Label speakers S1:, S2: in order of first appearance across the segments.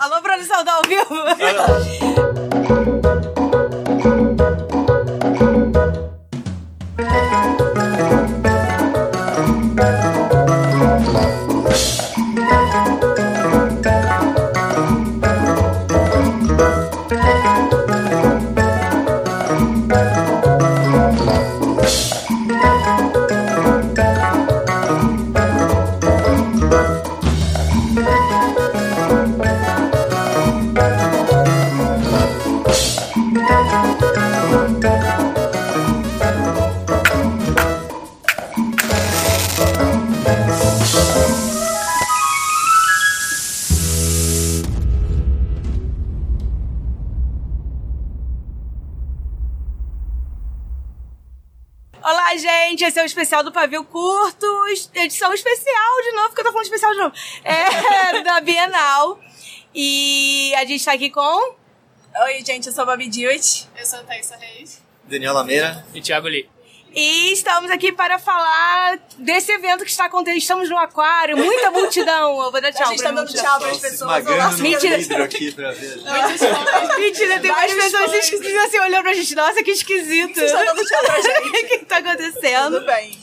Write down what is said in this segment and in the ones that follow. S1: Alô, produção, tá ao vivo? Olá, gente. Esse é o especial do Pavio Curto, es- edição especial de novo, porque eu tô falando especial de novo. É da Bienal. E a gente tá aqui com.
S2: Oi, gente, eu sou a Babi Dewitt.
S3: Eu sou a Thaisa Reis.
S4: Daniel Lameira.
S5: E Thiago Lee.
S1: E estamos aqui para falar desse evento que está acontecendo. Estamos no aquário, muita multidão. Eu vou dar tchau.
S2: a gente tá
S1: pra
S2: dando
S1: multidão.
S2: tchau para
S4: Só
S2: as
S4: se
S2: pessoas.
S1: Olá,
S4: esmagando no
S1: mentira.
S4: vidro aqui pra ver.
S3: Muitos fãs.
S1: Mentira, tem mais
S2: Vários
S1: pessoas
S2: fãs.
S1: esquisitas assim olhando pra gente. Nossa, que esquisito.
S2: Vocês estão tá dando tchau pra
S1: O
S2: gente.
S1: que que tá acontecendo?
S2: Tudo bem.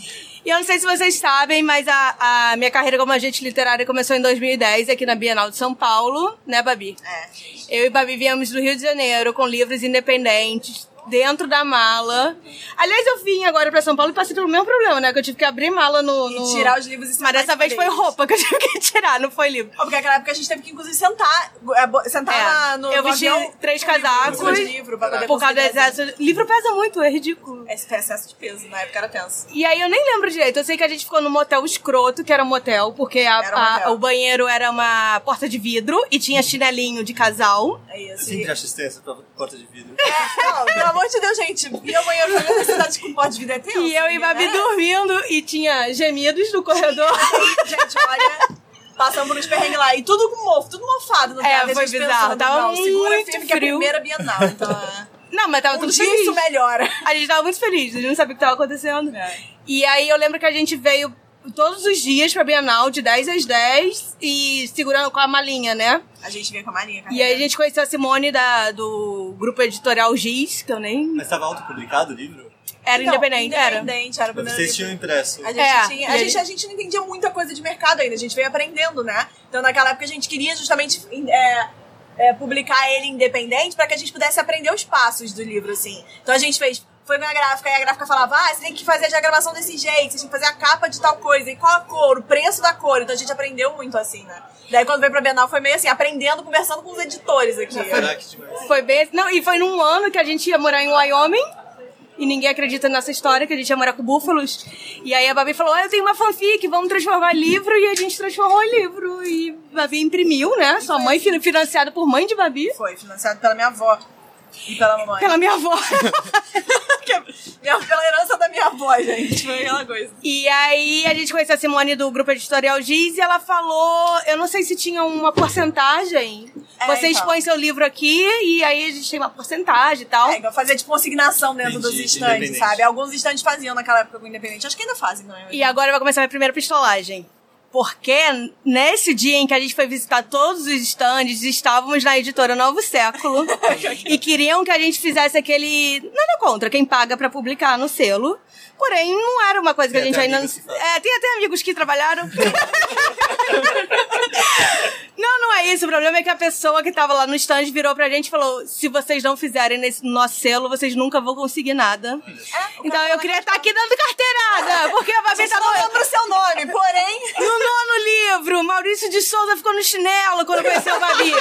S1: E eu não sei se vocês sabem, mas a, a minha carreira como agente literária começou em 2010 aqui na Bienal de São Paulo, né, Babi?
S2: É.
S1: Eu e Babi viemos do Rio de Janeiro com livros independentes dentro da mala. Aliás, eu vim agora pra São Paulo e passei pelo mesmo problema, né? Que eu tive que abrir mala no. no...
S2: E tirar os livros e
S1: Mas
S2: sentar
S1: dessa
S2: em
S1: vez
S2: cima
S1: foi
S2: deles.
S1: roupa que eu tive que tirar, não foi livro.
S2: Ó, Porque naquela época a gente teve que, inclusive, sentar, é, bo- sentar na-
S1: É,
S2: no
S1: eu
S2: no
S1: vesti
S2: avião
S1: três
S2: com livro,
S1: casacos
S2: com livro, pra poder
S1: por causa do
S2: conseguir trazer.
S1: excesso. Livro pesa muito, é ridículo.
S2: Esse foi excesso de peso, na época era tenso.
S1: E aí eu nem lembro direito. Eu sei que a gente ficou num motel escroto, que era um motel, porque a-
S2: Era um motel.
S1: a- o banheiro era uma porta de vidro e tinha chinelinho de casal.
S2: É isso.
S4: Sempre
S2: E-
S4: acho estranho essa porta de vidro.
S2: Não, pelo amor de Deus, gente. E eu banheiro na necessidade com pó de vida é tenso.
S1: E eu e
S2: ninguém
S1: Babi
S2: merece.
S1: dormindo e tinha gemidos no corredor.
S2: Aí, Gente, olha... Passamos nos perrengues lá. E tudo com mofo, tudo mofado. No
S1: É, foi bizarro, tava
S2: não, segura
S1: muito
S2: firme, que é a
S1: frio.
S2: primeira Bienal. Então, é.
S1: Não, mas tava
S2: um
S1: tudo
S2: dia
S1: feliz.
S2: isso É. melhora.
S1: A gente tava muito feliz, a gente não sabia o que tava acontecendo. E aí eu lembro que a gente veio todos os dias pra Bienal, de 10 às 10, e segurando com a malinha, né?
S2: A gente vem com a Marinha, cara.
S1: E aí a gente conheceu a Simone da, do grupo editorial Giz, que eu nem.
S4: Mas estava autopublicado o livro?
S1: Era
S2: Então,
S1: independente, era.
S2: Independente, era o
S4: Mas
S2: primeiro
S4: vocês
S2: livro.
S4: tinham impresso.
S2: A gente,
S1: É,
S2: tinha,
S1: e
S2: a,
S1: aí-
S2: gente, a gente não entendia muita coisa de mercado ainda, a gente veio aprendendo, né? Então naquela época a gente queria justamente é, é, publicar ele independente para que a gente pudesse aprender os passos do livro, assim. Então a gente fez, foi na gráfica, e a gráfica falava, ah, você tem que fazer a gravação desse jeito, você tem que fazer a capa de tal coisa, e qual a cor, o preço da cor. Então a gente aprendeu muito, assim, né? Daí quando veio pra Bienal foi meio assim, aprendendo, conversando com os editores aqui.
S4: Será que demais?
S1: Foi bem. Não, e foi num ano que a gente ia morar em Wyoming. E ninguém acredita nessa história que a gente ia morar com búfalos. E aí a Babi falou: ah, eu tenho uma fanfic, vamos transformar em livro. E a gente transformou em livro. E Babi imprimiu, né? Sua mãe, fin- financiada por mãe de Babi.
S2: Foi financiado pela minha avó e pela mamãe.
S1: Pela minha avó.
S2: Minha- pela herança da minha avó, gente. Foi aquela coisa.
S1: E aí a gente conheceu a Simone do grupo editorial Giz e ela falou, eu não sei se tinha uma porcentagem.
S2: É,
S1: Você
S2: então.
S1: expõe seu livro aqui e aí a gente tem uma porcentagem e tal.
S2: É, igual fazia de consignação dentro
S4: Entendi,
S2: dos estandes,
S4: independente.
S2: sabe? Alguns estandes faziam naquela época com independente. Acho que ainda fazem, não é?
S1: E agora vai começar a minha primeira pistolagem. Porque nesse dia em que a gente foi visitar todos os estandes, estávamos na editora Novo Século e queriam que a gente fizesse aquele. Nada contra quem paga pra publicar no selo. Porém, não era uma coisa que
S4: Tem
S1: a gente
S4: até
S1: ainda.
S4: amigos que fazem.
S1: É, tem até amigos que trabalharam. não, não é isso. O problema é que a pessoa que tava lá no stand virou pra gente e falou: se vocês não fizerem nesse nosso selo, vocês nunca vão conseguir nada. Então eu queria estar aqui dando carteirada, porque a Babi
S2: Você
S1: tá
S2: não lembra o seu nome, porém.
S1: no nono livro, Maurício de Souza ficou no chinelo quando conheceu o Babi.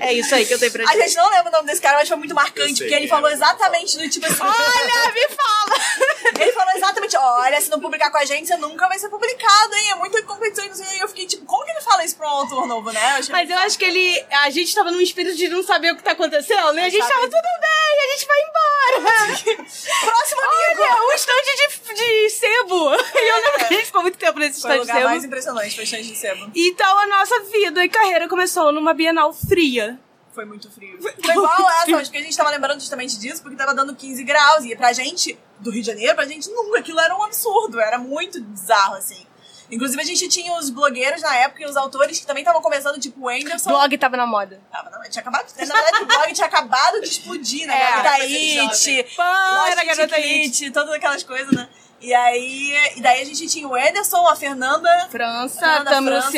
S1: É isso aí que eu tenho pra
S2: A
S1: dizer.
S2: gente não lembra o nome desse cara, mas foi muito marcante,
S4: Eu sei
S2: porque ele
S4: quem
S2: falou
S4: é.
S2: exatamente do tipo assim.
S1: Olha, me fala!
S2: Ele falou exatamente, olha, se não publicar com a gente, você nunca vai ser publicado, hein? É muita competição. E não sei o quê. E eu fiquei tipo, como que ele fala isso pra um autor novo, né? Eu achei-
S1: Mas eu acho que ele. A gente tava num espírito de não saber o que tá acontecendo, né? A gente tava tudo bem, a gente vai embora.
S2: Próximo amigo!
S1: Olha, um stand de, de sebo. E eu lembro que a gente ficou muito tempo nesse
S2: Foi o
S1: stand de um
S2: lugar mais
S1: sebo.
S2: impressionante, foi o Xande de Sebo.
S1: Então a nossa vida e carreira começou numa Bienal fria.
S2: Foi muito frio. Foi igual essa, acho que a gente tava lembrando justamente disso, porque tava dando 15 graus. E pra gente, do Rio de Janeiro, pra gente nunca. Aquilo era um absurdo, era muito bizarro, assim. Inclusive, a gente tinha os blogueiros na época e os autores que também estavam começando, tipo o Anderson.
S1: Blog tava na moda.
S2: Tava, não, tinha acabado, na verdade, o blog tinha acabado de explodir, né?
S1: É,
S2: Garota
S3: coisa de
S2: It,
S3: jovem.
S1: Pã,
S2: Lost
S1: era garota
S2: It,
S1: hit.
S2: It, todas aquelas coisas, né? E aí, e daí a gente tinha o Ederson, a Fernanda,
S1: França,
S2: Fernanda
S1: Tami
S2: França, a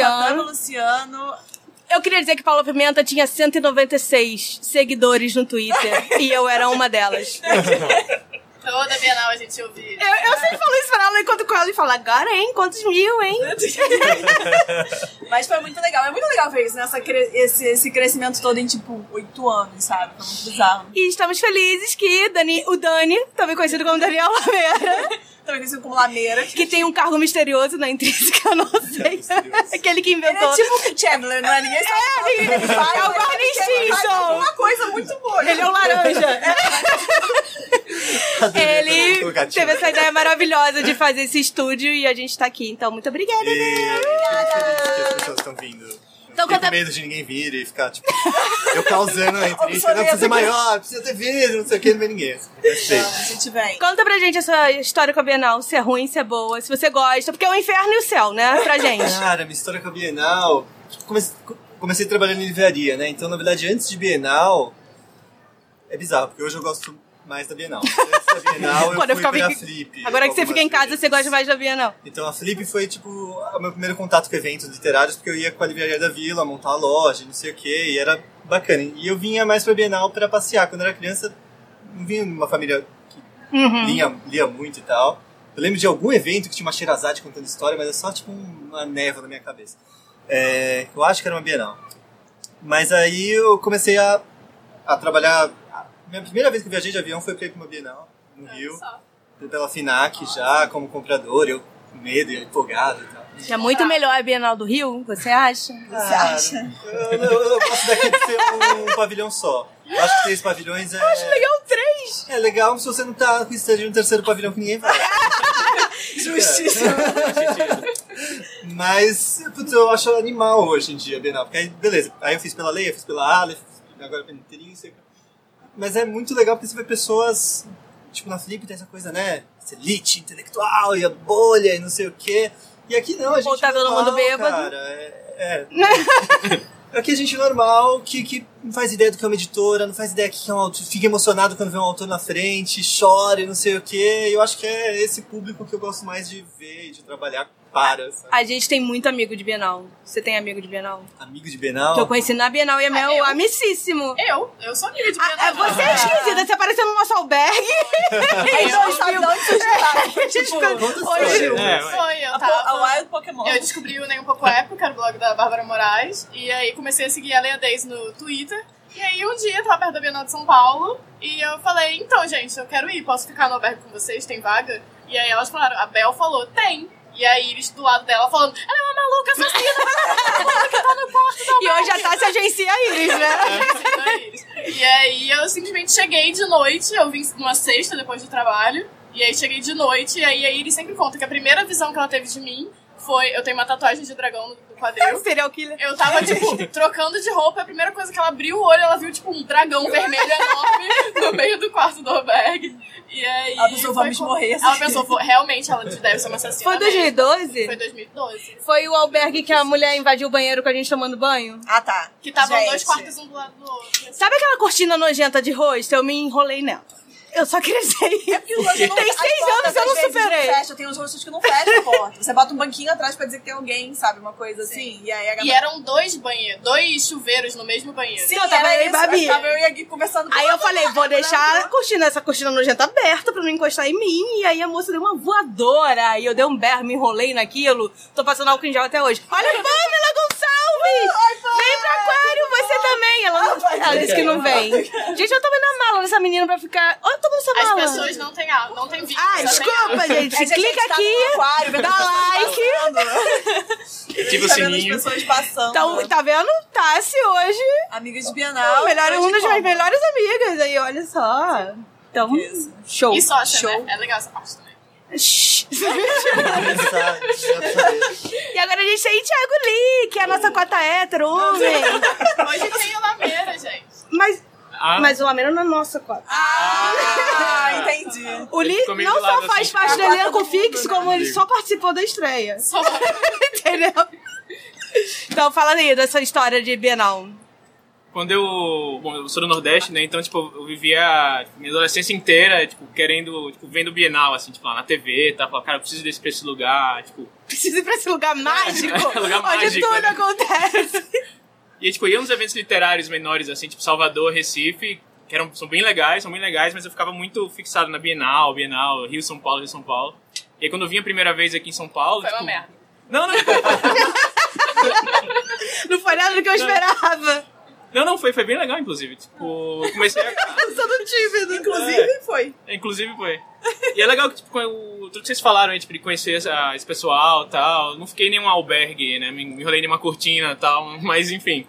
S1: Luciano.
S2: Tami Luciano.
S1: Eu queria dizer que Paula Pimenta tinha 196 seguidores no Twitter. e eu era uma delas.
S3: Toda Bienal a gente ouvia.
S1: Eu, eu sempre falo isso pra ela enquanto com ela e falo, agora, hein? Quantos mil, hein?
S2: Mas foi muito legal. É muito legal ver isso, né? Essa cre- esse, esse crescimento todo em, tipo, oito anos, sabe? Foi muito bizarro.
S1: E estamos felizes que Dani, o Dani, também conhecido como Daniel Lameira,
S2: Também conhecido como Lameira.
S1: que tem um cargo misterioso na intrínseca, eu não sei. Aquele que
S2: Ele
S1: inventou.
S2: é tipo o Chandler, não é? Ninguém sabe o que ele faz.
S1: É o
S2: mas
S1: Barney
S2: ele faz
S1: Stinson.
S2: alguma coisa muito boa.
S1: Ele é o laranja. É, Ele teve essa ideia maravilhosa de fazer esse estúdio e a gente tá aqui. Então, muito obrigada.
S4: E feliz que as pessoas estão vindo. Então,
S1: quando
S4: com
S1: a-
S4: medo de ninguém vir e ficar, tipo, eu causando a entrevista.
S2: Obsoleto.
S4: Não, precisa ser maior, precisa ter vídeo, não sei o que, não vem
S1: Tá.
S4: ninguém.
S1: É.
S4: Perfeito.
S2: A gente vem.
S1: Conta pra gente essa história com a Bienal, se é ruim, se é boa, se você gosta, porque é o inferno e o céu, né, pra gente.
S4: Cara, minha história com a Bienal. tipo, Comecei, co- comecei trabalhando em livraria, né? Então, na verdade, antes de Bienal. É bizarro, porque hoje eu gosto mais da Bienal. Antes da Bienal, eu
S1: Quando eu
S4: fui
S1: ficava
S4: pra
S1: em-
S4: Flip. assim.
S1: Agora que você fica em
S4: algumas
S1: casa, você gosta
S4: vezes.
S1: mais da Bienal.
S4: Então a Flip foi tipo o meu primeiro contato com eventos literários, porque eu ia com a livraria da vila, montar a loja, não sei o que, e era bacana. E eu vinha mais pra Bienal pra passear. Quando eu era criança, não vinha uma família que lia, lia muito e tal. Eu lembro de algum evento que tinha uma Sherazade contando história, mas é só tipo uma névoa na minha cabeça. É, eu acho que era uma Bienal. Mas aí eu comecei a, a trabalhar. a minha primeira vez que eu viajei de avião foi pra ir pra uma Bienal, no Rio
S3: Só.
S4: pela FINAC já, como comprador, eu com medo e empolgado e tal.
S1: É muito melhor a Bienal do Rio, você acha?
S2: Você acha?
S4: Eu, eu, eu gosto daqui de ser um pavilhão só. Eu acho que três pavilhões é. acho legal três! É legal se você não tá com esteja de um terceiro pavilhão que ninguém vai.
S2: Justiça.
S4: Mas, putz, eu acho animal hoje em dia, Bienal. Porque aí, beleza, aí eu fiz pela Leia, fiz pela Aleph, agora pela Intrínseca. Mas é muito legal porque você vê pessoas, tipo, na Flip tem essa coisa, né? Essa elite intelectual e a bolha e não sei o quê. E aqui não, a gente. é
S1: Ou tá todo
S4: normal,
S1: mundo bêbado.
S4: Cara, é. é. Aqui a gente normal, que, que não faz ideia do que é uma editora, não faz ideia do que é um autor, fica emocionado quando vê um autor na frente, chora e não sei o quê. E eu acho que é esse público que eu gosto mais de ver e de trabalhar para, sabe?
S1: A gente tem muito amigo de Bienal. Você tem amigo de Bienal?
S4: Amigo de
S1: Que eu
S4: Bienal?
S1: conheci na Bienal e é meu
S3: eu?
S1: amicíssimo.
S3: Eu? Eu sou amiga de Bienal.
S1: Ah, é, você é esquisita, você apareceu no nosso albergue.
S2: Aí não sabe de onde surgiu
S1: É,
S2: tá? Tipo,
S4: Conta a
S1: Hoje,
S4: história.
S5: É, ué.
S3: Foi, eu
S2: a, po- a
S3: tava...
S2: Wild Pokémon.
S3: Eu descobri o Nem Um Pouco Épico, que era o blog da Bárbara Moraes, e aí comecei a seguir a Leia Days no Twitter. E aí um dia eu tava perto da Bienal de São Paulo, e eu falei, então, gente, eu quero ir, posso ficar no albergue com vocês? Tem vaga? E aí elas falaram, a Bel falou, tem. E a Iris do lado dela falando, ela é uma maluca assassina,
S1: e hoje a Tássia agencia a Iris, né?
S3: E aí eu simplesmente cheguei de noite, eu vim numa sexta depois do trabalho, e aí cheguei de noite, e aí a Iris sempre conta que a primeira visão que ela teve de mim foi, eu tenho uma tatuagem de dragão no quadril.
S1: Serial killer.
S3: Eu tava, tipo, trocando de roupa, a primeira coisa que ela abriu o olho, ela viu, tipo, um dragão vermelho enorme no meio do quarto do albergue. E aí.
S2: Ela pensou,
S3: foi
S2: "Vamos
S3: com-
S2: morrer".
S3: Ela pensou, "Vou- realmente ela deve ser uma assassina.
S1: Foi
S3: mesmo."
S1: 2012?
S3: Foi 2012.
S1: Foi o albergue que a mulher invadiu o banheiro com a gente tomando banho?
S2: Ah, tá.
S3: Que estavam
S2: Gente.
S3: dois quartos um do lado do outro. assim.
S1: Sabe aquela cortina nojenta de rosto? Eu me enrolei nela. Eu só queria dizer
S2: Porque os outros
S1: isso.
S2: não-
S1: Tem
S2: as
S1: seis
S2: portas,
S1: anos eu
S2: às
S1: não
S2: vezes,
S1: superei.
S2: fecha, tem uns rostos que não fecham a porta. Você bota um banquinho atrás pra dizer que tem alguém, sabe? Uma coisa assim. E
S1: é
S2: aí a
S3: E
S2: galera.
S3: eram dois banheiros, dois chuveiros no mesmo banheiro.
S1: Não, tava
S2: era
S1: eu e
S2: é isso,
S1: Babi.
S2: Tava eu e a Gui conversando
S1: Aí eu falei, vou deixar a cortina, essa cortina nojenta aberta pra não encostar em mim. E aí a moça deu uma voadora. E eu dei um berro, me enrolei naquilo. Tô passando álcool em gel até hoje. Olha a Pamela Gonçalves! vem pra Aquário, você também! Ela, não, ela disse que não vem. Gente, eu tomei na mala dessa menina pra ficar... Olha, eu tô com essa
S3: As
S1: mala.
S3: pessoas não têm água, não têm vídeo.
S1: Ah,
S3: só tem água.
S1: desculpa, gente.
S2: É,
S1: Clica
S2: gente, a gente tá
S1: aqui,
S2: no aquário, vendo
S1: dá
S2: as pessoas
S1: like.
S2: tá
S5: Ativa o
S2: vendo as
S5: Tipo sininho.
S2: pessoas passando.
S1: Então, tá vendo? Tassi hoje...
S2: Amigas de Bienal.
S1: melhor,
S2: hoje é
S1: uma das
S2: como?
S1: minhas melhores amigas. Aí, olha só. Então,
S2: Isso.
S1: show.
S3: E sócia,
S1: show.
S3: né? É legal essa parte também.
S1: Shhh.
S4: Pensar, já pra saber.
S1: E agora a gente tem Thiago Lee, que é a nossa cota hétero, homem.
S3: Hoje tem a lameira, gente.
S1: Mas
S5: Ah.
S1: mas o Lamena não é nossa cota.
S2: Ah, entendi.
S1: O
S5: ele
S1: Lee
S5: ficou meio
S1: não
S5: do
S1: só
S5: lado,
S1: faz
S5: assim.
S1: parte do
S2: Agora
S1: elenco
S2: todo mundo,
S1: fixo,
S2: né,
S1: como ele
S5: amigo?
S1: só participou da estreia.
S3: Só
S1: Entendeu? Então fala aí dessa história de Bienal.
S5: Quando eu. Bom, eu sou do Nordeste, né? Então, tipo, eu vivia tipo, minha adolescência inteira, tipo, querendo, tipo, vendo Bienal, assim, tipo, lá na TV, tá? Falando, cara, eu preciso desse pra esse lugar, tipo.
S1: Precisa ir pra esse lugar mágico,
S5: É, Lugar
S1: onde
S5: mágico,
S1: tudo
S5: né?
S1: acontece.
S5: E, tipo, eu ia nos eventos literários menores, assim, tipo, Salvador, Recife, que eram, são bem legais, são bem legais, mas eu ficava muito fixado na Bienal, Bienal, Rio, São Paulo, Rio, São Paulo. E aí, quando eu vim a primeira vez aqui em São Paulo.
S3: Foi uma
S5: tipo,
S3: merda.
S5: Não, não, tipo,
S1: Não foi nada do que eu esperava.
S5: não, não, foi, foi bem legal, inclusive. Tipo, eu comecei a.
S1: Eu sou do tímido.
S5: É.
S2: Inclusive, foi.
S5: Inclusive foi. E é legal que, tipo, com o, tudo que vocês falaram aí, tipo, de conhecer essa- esse pessoal e tal. Não fiquei em nenhum albergue, né? Me me enrolei em uma cortina e tal, mas enfim.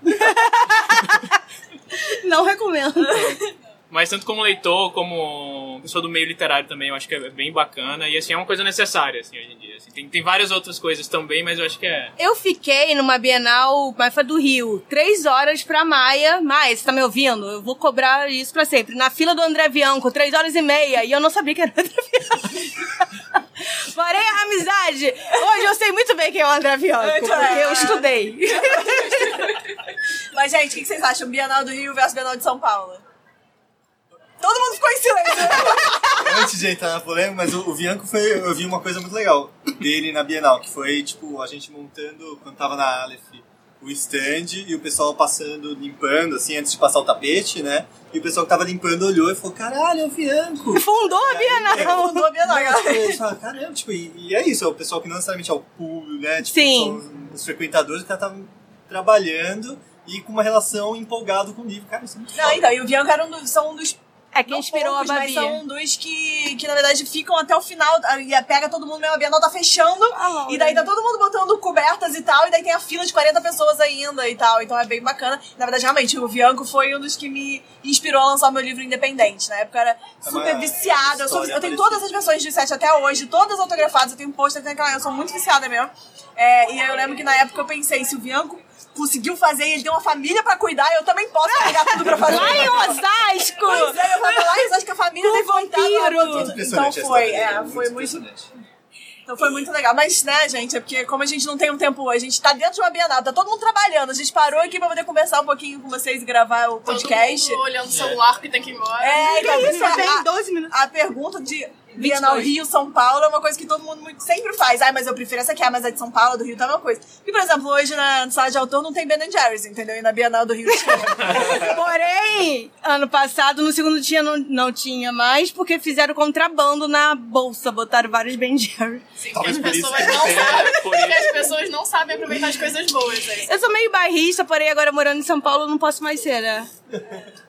S1: Não recomendo.
S5: Mas tanto como leitor, como pessoa do meio literário também, eu acho que é bem bacana. E, assim, é uma coisa necessária, assim, hoje em dia. Assim, tem, tem várias outras coisas também, mas eu acho que é...
S1: Eu fiquei numa Bienal, mas foi do Rio, três horas pra Maia. Maia, você tá me ouvindo? Eu vou cobrar isso pra sempre. Na fila do André Bianco, três horas e meia, e eu não sabia que era o André Bianco. Porém, a amizade. Hoje eu sei muito bem quem é o André Bianco,
S2: Então,
S1: porque eu
S2: é.
S1: estudei.
S2: Mas, gente, o que vocês acham? Bienal do Rio versus Bienal de São Paulo? Todo mundo ficou em silêncio.
S4: Antes de entrar na polêmica, mas o, o Bianco foi. Eu vi uma coisa muito legal dele na Bienal, que foi, tipo, a gente montando, quando tava na Aleph, o stand e o pessoal passando, limpando, assim, antes de passar o tapete, né? E o pessoal que tava limpando olhou e falou: caralho, é o Bianco!
S1: É, Fundou a Bienal.
S2: Mudou a Bienal,
S4: Não, tipo,
S2: galera.
S4: eles falam, caramba, tipo, e, e é isso, é o pessoal que não necessariamente é o público, né? Tipo,
S1: Sim.
S4: São os- os frequentadores que estavam trabalhando e com uma relação empolgado com o livro. Cara, isso é muito
S2: Não,
S4: foda.
S2: então, e o Bianco era um dos, são um dos
S1: É quem
S2: não
S1: inspirou
S2: poucos,
S1: a Babi.
S2: mas são dos que, que, na verdade, ficam até o final. E pega todo mundo mesmo, a Bienal tá fechando.
S1: Ah, Laura.
S2: e daí tá todo mundo botando cobertas e tal. E daí tem a fila de 40 pessoas ainda e tal. Então é bem bacana. Na verdade, realmente, o Bianco foi um dos que me inspirou a lançar meu livro independente. Na época eu era super
S4: É uma
S2: viciada. Eu, sou-
S4: história
S2: eu tenho
S4: parecida.
S2: todas as versões de sete até hoje, todas autografadas. Eu tenho pôster, eu tenho aquela. Eu sou muito viciada mesmo. É, e aí eu lembro que na época eu pensei, se o Bianco conseguiu fazer e ele tem uma família pra cuidar, eu também posso pegar tudo pra fazer.
S1: Lá em Osasco!
S2: Pois é, eu tava lá e acho que a família
S1: Com
S2: levantava
S1: vampiro.
S2: tudo. Então
S4: Impressionante a
S2: foi,
S4: história né? dele,
S2: é, foi muito,
S4: impressionante.
S2: então foi muito legal. Mas, né, gente, é porque como a gente não tem um tempo hoje, a gente tá dentro de uma Bienal, tá todo mundo trabalhando. A gente parou aqui pra poder conversar um pouquinho com vocês e gravar o podcast.
S3: Todo mundo olhando o celular porque tem que ir embora.
S2: É, então,
S1: Isso é bem
S2: a,
S1: 12 minutos.
S2: a pergunta de Bienal
S3: 22.
S2: Rio, São Paulo é uma coisa que todo mundo muito- sempre faz. Ah, mas eu prefiro essa aqui, ah, mas a de São Paulo, a do Rio tá a mesma coisa. E, por exemplo, hoje na sala de autor não tem Ben Jerry's, entendeu? E na Bienal do Rio tinha.
S1: Porém, ano passado, no segundo dia não, não tinha mais, porque fizeram contrabando na bolsa, botaram vários Ben Jerry.
S3: Sim, porque
S4: Talvez
S3: Assim, as
S4: por isso
S3: pessoas
S4: que
S3: não
S4: tenha-
S3: sabem.
S5: por isso.
S3: Porque as pessoas não sabem aproveitar as coisas boas, gente.
S1: Eu sou meio bairrista, porém agora morando em São Paulo eu não posso mais ser, né?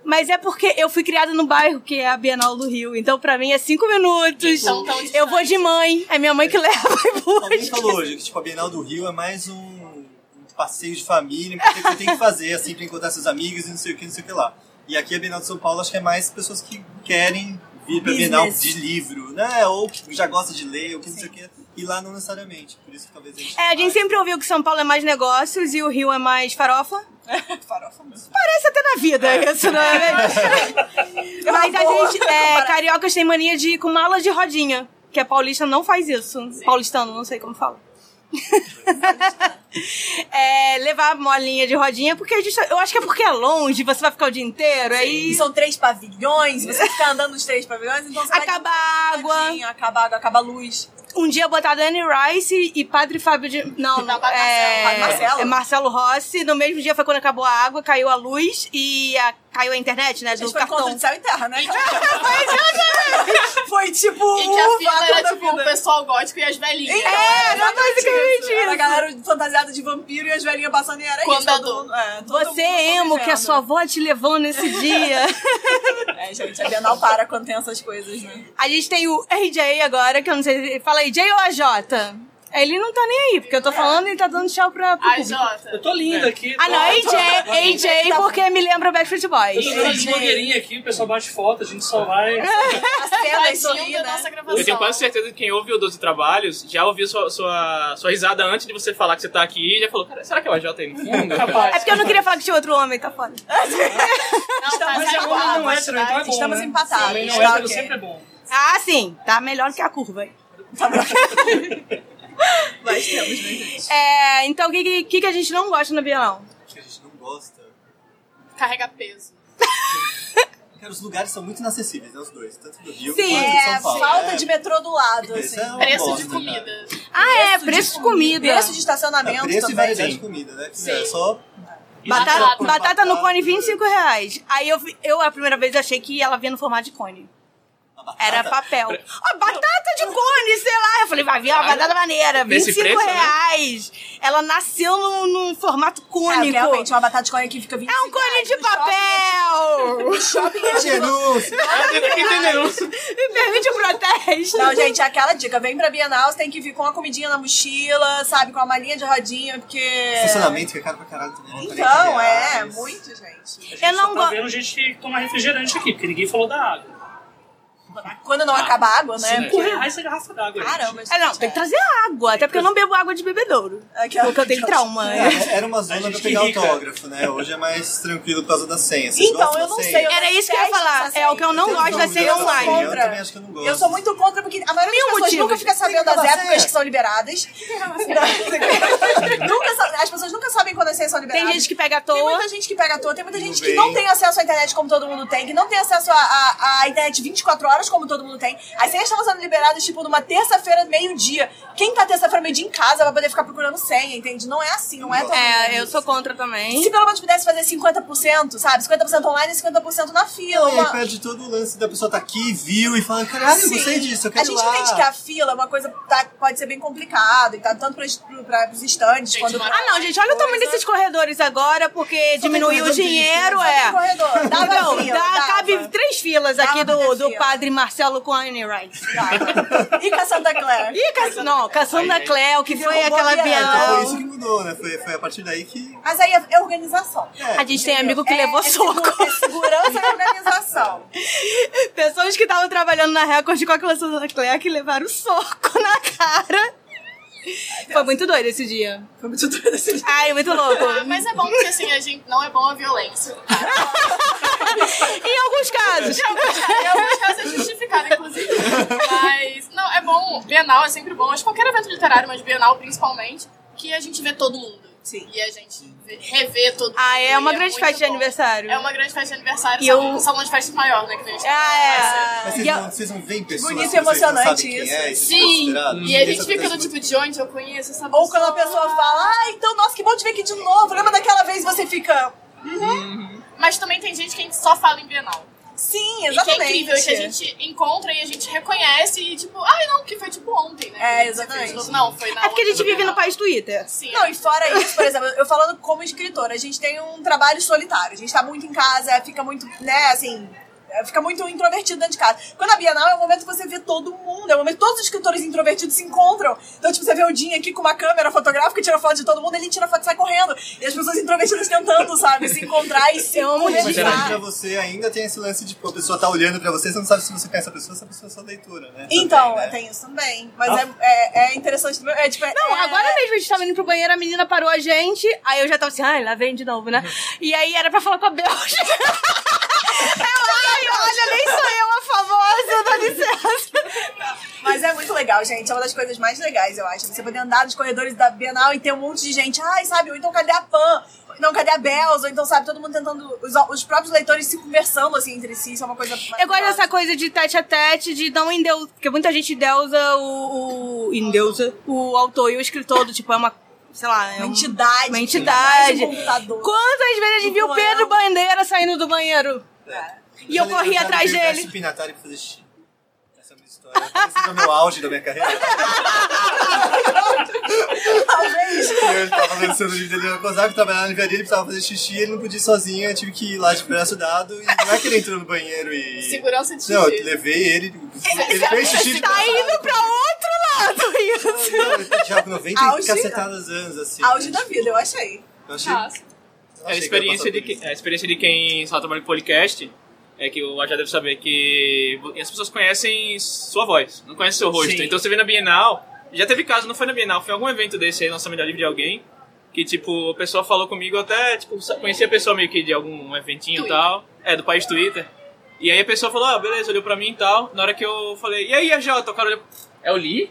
S1: Mas é porque eu fui criada no bairro que é a Bienal do Rio, então pra mim é cinco minutos.
S3: Então, tão distante.
S1: eu vou de mãe, é minha mãe que leva e
S4: Alguém
S1: busca.
S4: falou hoje que tipo, a Bienal do Rio é mais um, um passeio de família, porque tem- tem que fazer, assim, pra encontrar seus amigos e não sei o que, não sei o que lá. E aqui a Bienal de São Paulo acho que é mais pessoas que querem vir pra
S2: Business.
S4: Bienal de livro, né? Ou que já gosta de ler, ou que não sei o que. E lá não necessariamente. Por isso que talvez a gente.
S1: É, a gente sempre ouviu que São Paulo é mais negócios e o Rio é mais farofa.
S2: Farofa mesmo.
S1: Parece até na vida isso, não é mesmo? Mas a
S2: né? boa.
S1: gente, é, cariocas tem mania de ir com mala de rodinha, que a paulista não faz isso. Paulistano, não sei como fala. É, levar a molinha de rodinha, porque a gente, eu acho que é porque é longe, você vai ficar o dia inteiro,
S2: E
S1: aí
S2: são três pavilhões, você fica andando nos três pavilhões, então você vai
S1: acaba a água.
S2: Tadinho, Acaba água, acaba a luz.
S1: Um dia botar Dani Rice e Padre Fábio de. Não,
S3: Não,
S1: não.
S3: Padre
S1: É,
S2: Marcelo. Padre Marcelo.
S1: é Marcelo Rossi. No mesmo dia foi quando acabou a água, caiu a luz e a- caiu a internet, né?
S2: A gente
S1: Do
S2: foi encontro
S1: cartão.
S2: de céu e terra, né? foi tipo
S3: E que a
S2: o
S3: fila
S2: vácuo
S3: era
S2: da
S3: tipo o pessoal gótico e as velhinhas.
S1: É, era basicamente
S2: isso. Era a
S1: isso.
S2: galera fantasiada de vampiro e as velhinhas passando e era
S3: Quando
S2: isso. todo
S3: adulto.
S2: mundo- é, todo
S1: Você
S2: mundo
S1: emo, que é a
S2: convivendo.
S1: sua avó te levou nesse dia.
S2: É, gente, a Bienal para quando tem essas coisas, né?
S1: a gente tem o RJ agora, que eu não sei se. Fala aí, J ou AJ? Ele não tá nem aí, porque eu tô falando e tá dando tchau pra. pro
S3: Ai,
S1: público.
S3: Jota.
S6: Eu tô lindo aqui.
S1: Ah, não,
S6: tô-
S1: AJ, AJ, porque me lembra Backstreet
S6: Eu
S1: Boys.
S6: tô dando de blogueirinha aqui, o pessoal bate foto, a gente só
S1: É,
S6: vai.
S2: Acena e sorri,
S3: Tadinho da
S2: né?
S3: nossa gravação.
S5: Eu tenho quase certeza que quem ouve o 12 Trabalhos já ouviu sua, sua, sua risada antes de você falar que você tá aqui e já falou, cara, será que é o AJ aí no fundo?
S6: Capaz.
S1: É porque eu não queria falar que tinha outro homem, tá foda.
S3: Não, tá
S6: Mas é bom,
S3: igual.
S6: não é hétero, então é bom.
S2: Estamos
S6: né?
S2: empatados,
S6: Também não
S2: tá
S6: hétero
S2: ok.
S6: sempre é bom.
S1: Ah, sim, tá melhor que a curva. Tá hein?
S2: Mas temos, né, gente?
S1: É, então o que- que, que, que a gente não gosta na Bienal?
S4: Acho que a gente não gosta.
S3: tá? Carrega peso.
S4: Cara, os lugares são muito inacessíveis, né? Os dois. Tanto do Rio
S1: Sim,
S4: quanto de
S2: É,
S4: São Paulo.
S2: falta de metrô do lado,
S4: Preço
S2: assim.
S4: é uma
S3: Preço
S4: bosta,
S3: de
S4: cara.
S3: comida.
S1: Ah, é, preço de comida.
S2: Preço de
S4: É,
S2: estacionamento
S4: preço e
S2: também.
S4: variedade de comida, né? Que É
S3: Sim.
S4: só
S1: Batata,
S3: Batata.
S1: batata no cone, 25 reais. Aí eu, vi- eu, a primeira vez, achei que ela vinha no formato de cone.
S4: a batata.
S1: Era papel. Ah, batata de cone, sei lá. Eu falei, vai vir uma batata maneira,
S5: Nesse
S1: 25
S5: preço, né?
S1: reais. Ela nasceu num, num formato
S2: É,
S1: cônico.
S2: realmente, uma batata de cone aqui fica 20
S1: É um cone de papel!
S2: Shopping é de
S4: Denúncia!
S5: Ah, tem que entender, não.
S1: Me permite o protesto.
S2: Não, gente, é aquela dica. Vem pra Bienal, você tem que vir com uma comidinha na mochila, sabe? Com a malinha de rodinha, porque...
S4: Estacionamento né, que é caro pra caralho também.
S2: Então, é,
S4: R$ 40.
S2: muito, gente.
S6: A gente
S1: Eu
S6: só
S1: não
S6: tá
S1: gosto.
S6: vendo gente que toma refrigerante aqui, porque ninguém falou da água.
S2: Quando não acaba a água, né?
S6: Cinco reais a garrafa d'água. gente.
S2: Caramba, gente. é,
S1: Ah, não, tem que trazer água, até porque eu não bebo água de bebedouro.
S2: Aquela-
S1: Porque eu tenho trauma.
S4: É, era uma zona
S6: gente
S4: pra
S6: que
S4: pegar
S6: rica.
S4: autógrafo, né? Hoje é mais tranquilo por causa da senha. Vocês
S2: Então,
S4: gostam
S2: eu
S4: da
S2: não
S4: senha?
S2: sei. eu
S1: Era isso que eu ia
S2: detesto
S1: falar.
S2: essa
S1: É o que eu não
S4: Eu
S1: gosto da
S4: tenho
S1: senha
S4: dúvida dessa
S1: online.
S4: senha, Eu
S2: Contra.
S4: também acho que eu não gosto.
S2: Eu sou muito contra, porque a maioria das
S1: Mil
S2: pessoas
S1: motivos.
S2: nunca fica sabendo
S4: Tem que
S2: das
S4: acabar
S2: épocas
S4: cedo.
S2: que são liberadas. nunca, sa- as pessoas nunca sabem quando as senhas são liberadas.
S1: Tem gente que pega à
S2: Tem
S1: toa.
S2: muita gente que pega à toa, tem muita gente que
S4: bem.
S2: não tem acesso à internet como todo mundo tem, que não tem acesso à, à- à internet 24 horas como todo mundo tem. As senhas estavam sendo liberadas, tipo, numa terça-feira, meio-dia. Quem tá terça-feira, meio-dia em casa vai poder ficar procurando senha, entende? Não é assim, não é todo mundo.
S1: É, eu sou contra também.
S2: Se pelo menos pudesse fazer 50%, sabe? 50% online e 50% na fila.
S4: E aí
S2: uma-
S4: perde todo o lance da pessoa tá aqui, viu e fala, caralho, eu
S2: Sim.
S4: gostei disso, eu
S2: A
S4: quero ir
S2: gente
S4: lá.
S2: entende que a fila é uma coisa que tá- pode ser bem complicada e tá tanto para os estandes
S3: Gente,
S2: quando.
S3: mas-
S1: Ah, não, gente, olha o tamanho desses corredores agora, porque diminuiu o
S4: corredor de
S1: dinheiro,
S2: Tem
S1: é.
S2: corredor. Dava
S1: Não,
S2: fila,
S1: dá,
S2: dava.
S1: cabe três filas aqui
S2: Dava
S1: do,
S2: muita
S1: do
S2: fila.
S1: padre Marcelo com a Anne Wright.
S2: Dava. E com a Santa Clara.
S1: Ih, Cass... não, Cassandra
S5: Ai, ai.
S1: Cleo, que foi
S2: derrubou
S1: aquela
S2: a Bienal.
S4: Então foi
S1: Bienal.
S4: isso que mudou, né? Foi, foi a partir daí que.
S2: Mas aí é organização.
S1: A gente tem amigo que levou soco.
S2: É segurança e organização.
S1: Pessoas que estavam trabalhando na Record com a Cassandra Cleo que levaram soco na cara. Foi muito doido esse dia.
S2: Foi muito doido esse dia.
S1: Ai, muito louco.
S3: Ah, mas é bom porque assim, a gente não é bom a violência.
S1: Em alguns casos.
S3: Em alguns casos é justificado, inclusive. Mas, não, é bom. Bienal é sempre bom. Acho que qualquer evento literário, mas Bienal principalmente, que a gente vê todo mundo.
S2: Sim.
S3: E a gente vê- revê todo mundo.
S1: Ah, é uma
S3: e
S1: grande
S3: muito
S1: festa de
S3: bom.
S1: aniversário.
S3: É uma grande festa de aniversário.
S1: E
S3: E
S1: eu-
S3: salão, salão de festas maior, né? Que nem a gente fala.
S1: Ah,
S4: Mas
S1: é.
S4: vocês,
S1: E a-
S4: não, vocês não veem pessoas.
S2: Bonito e
S4: que vocês não
S2: emocionante
S4: sabem quem
S2: isso.
S4: É, e vocês ficam
S3: Sim,
S4: desesperados?
S3: e a
S4: Isso
S3: gente fica do
S4: acontece
S3: tipo de onde eu conheço essa pessoa.
S2: Ou quando a pessoa fala, ah, então, nossa, que bom te ver aqui de novo. Lembra daquela vez você fica.
S3: Mas também tem gente que só fala em Bienal.
S2: Sim,
S3: E que é
S2: exatamente.
S3: incrível, que a gente encontra e a gente reconhece e tipo, ai não, que foi tipo ontem, né?
S2: É,
S3: Que a gente
S2: exatamente.
S3: fez de novo. Não, foi na
S1: É porque a gente
S3: outra
S1: vive no
S3: Bienal.
S1: país Twitter.
S3: Sim,
S2: Não, e fora isso, por exemplo, eu falando como escritora, a gente tem um trabalho solitário. A gente tá muito em casa, fica muito, né, assim. é, Fica muito introvertido dentro de casa. Quando a Bienal é o momento que você vê todo mundo, é o momento que todos os escritores introvertidos se encontram. Então, tipo, você vê o Dinho aqui com uma câmera fotográfica, tira foto de todo mundo, ele tira foto e sai correndo. E as pessoas introvertidas tentando, sabe, se encontrar e se
S4: Mas geralmente pra
S2: energizar.
S4: você ainda tem esse lance de pô, a pessoa tá olhando pra você, você não sabe se você conhece a pessoa, se a pessoa é só leitura, né?
S2: Então,
S4: Também, né?
S2: tem isso também. Mas é, é, é interessante também. É, tipo, é-
S1: É. Ah. Não,
S2: é-
S1: agora mesmo a gente tava indo pro banheiro, a menina parou a gente, aí eu já tava assim, ai, lá vem de novo, né? E aí era pra falar com a Bélgica. eu, ai, olha, nem sou eu a famosa, dá licença.
S2: Mas é muito legal, gente. É uma das coisas mais legais, eu acho. Você poder andar nos corredores da Bienal e ter um monte de gente. Ai, sabe? Ou então cadê a Pan? Ou então cadê a Bells? Ou então, sabe? Todo mundo tentando. Os, os próprios leitores se conversando assim entre si. Isso é uma coisa.
S1: Eu gosto
S2: maravilhosa.
S1: dessa coisa de tete a tete, de não endeusar, porque muita gente endeusa o, o. endeusa o autor e o escritor, do tipo, é uma. sei lá, é
S2: Uma
S1: um-
S2: entidade.
S1: uma entidade.
S2: Um computador.
S1: Quantas vezes a gente viu o
S2: Um
S1: Pedro
S2: poema.
S1: Bandeira saindo do banheiro? E eu
S4: Já
S1: corri
S4: lembro,
S1: atrás
S4: sabe, eu
S1: dele.
S4: fui Pinatário pra fazer xixi. Essa é uma história. Esse é o meu auge da minha carreira.
S2: Talvez.
S4: Eu tava lançando o livro dele no Kozak, trabalhava na livraria, ele precisava fazer xixi, ele não podia ir sozinho, eu tive que ir lá de braço dado, e não é que ele entrou no banheiro e...
S3: segurança de
S4: Não,
S3: xixi.
S4: eu levei ele, ele fez xixi de
S1: Tá
S4: braço
S1: indo pra outro lado! tanto isso.
S4: Não, Thiago, 90 e
S2: Auge.
S4: cacetadas anos, assim.
S2: Auge
S4: gente.
S2: da vida, eu achei.
S4: Eu achei, eu
S3: Fácil.
S5: É a
S4: achei que eu ia
S5: experiência,
S4: passar
S5: de
S4: por
S5: que,
S4: isso.
S5: é a experiência de quem só trabalha com podcast é que o já deve saber que vo- as pessoas conhecem sua voz, não conhecem seu rosto.
S6: Sim.
S5: Então você vê na Bienal, já teve caso, não foi na Bienal, foi em algum evento desse aí, lançamento livre de alguém, que tipo, o pessoal falou comigo eu até, tipo, sa- conhecia a pessoa meio que de algum eventinho e
S3: Twitter.
S5: tal, é, do país Twitter. E aí a pessoa falou, ah, beleza, olhou pra mim e tal. Na hora que eu falei, e aí, a Jota? O cara olhou, é o Lee?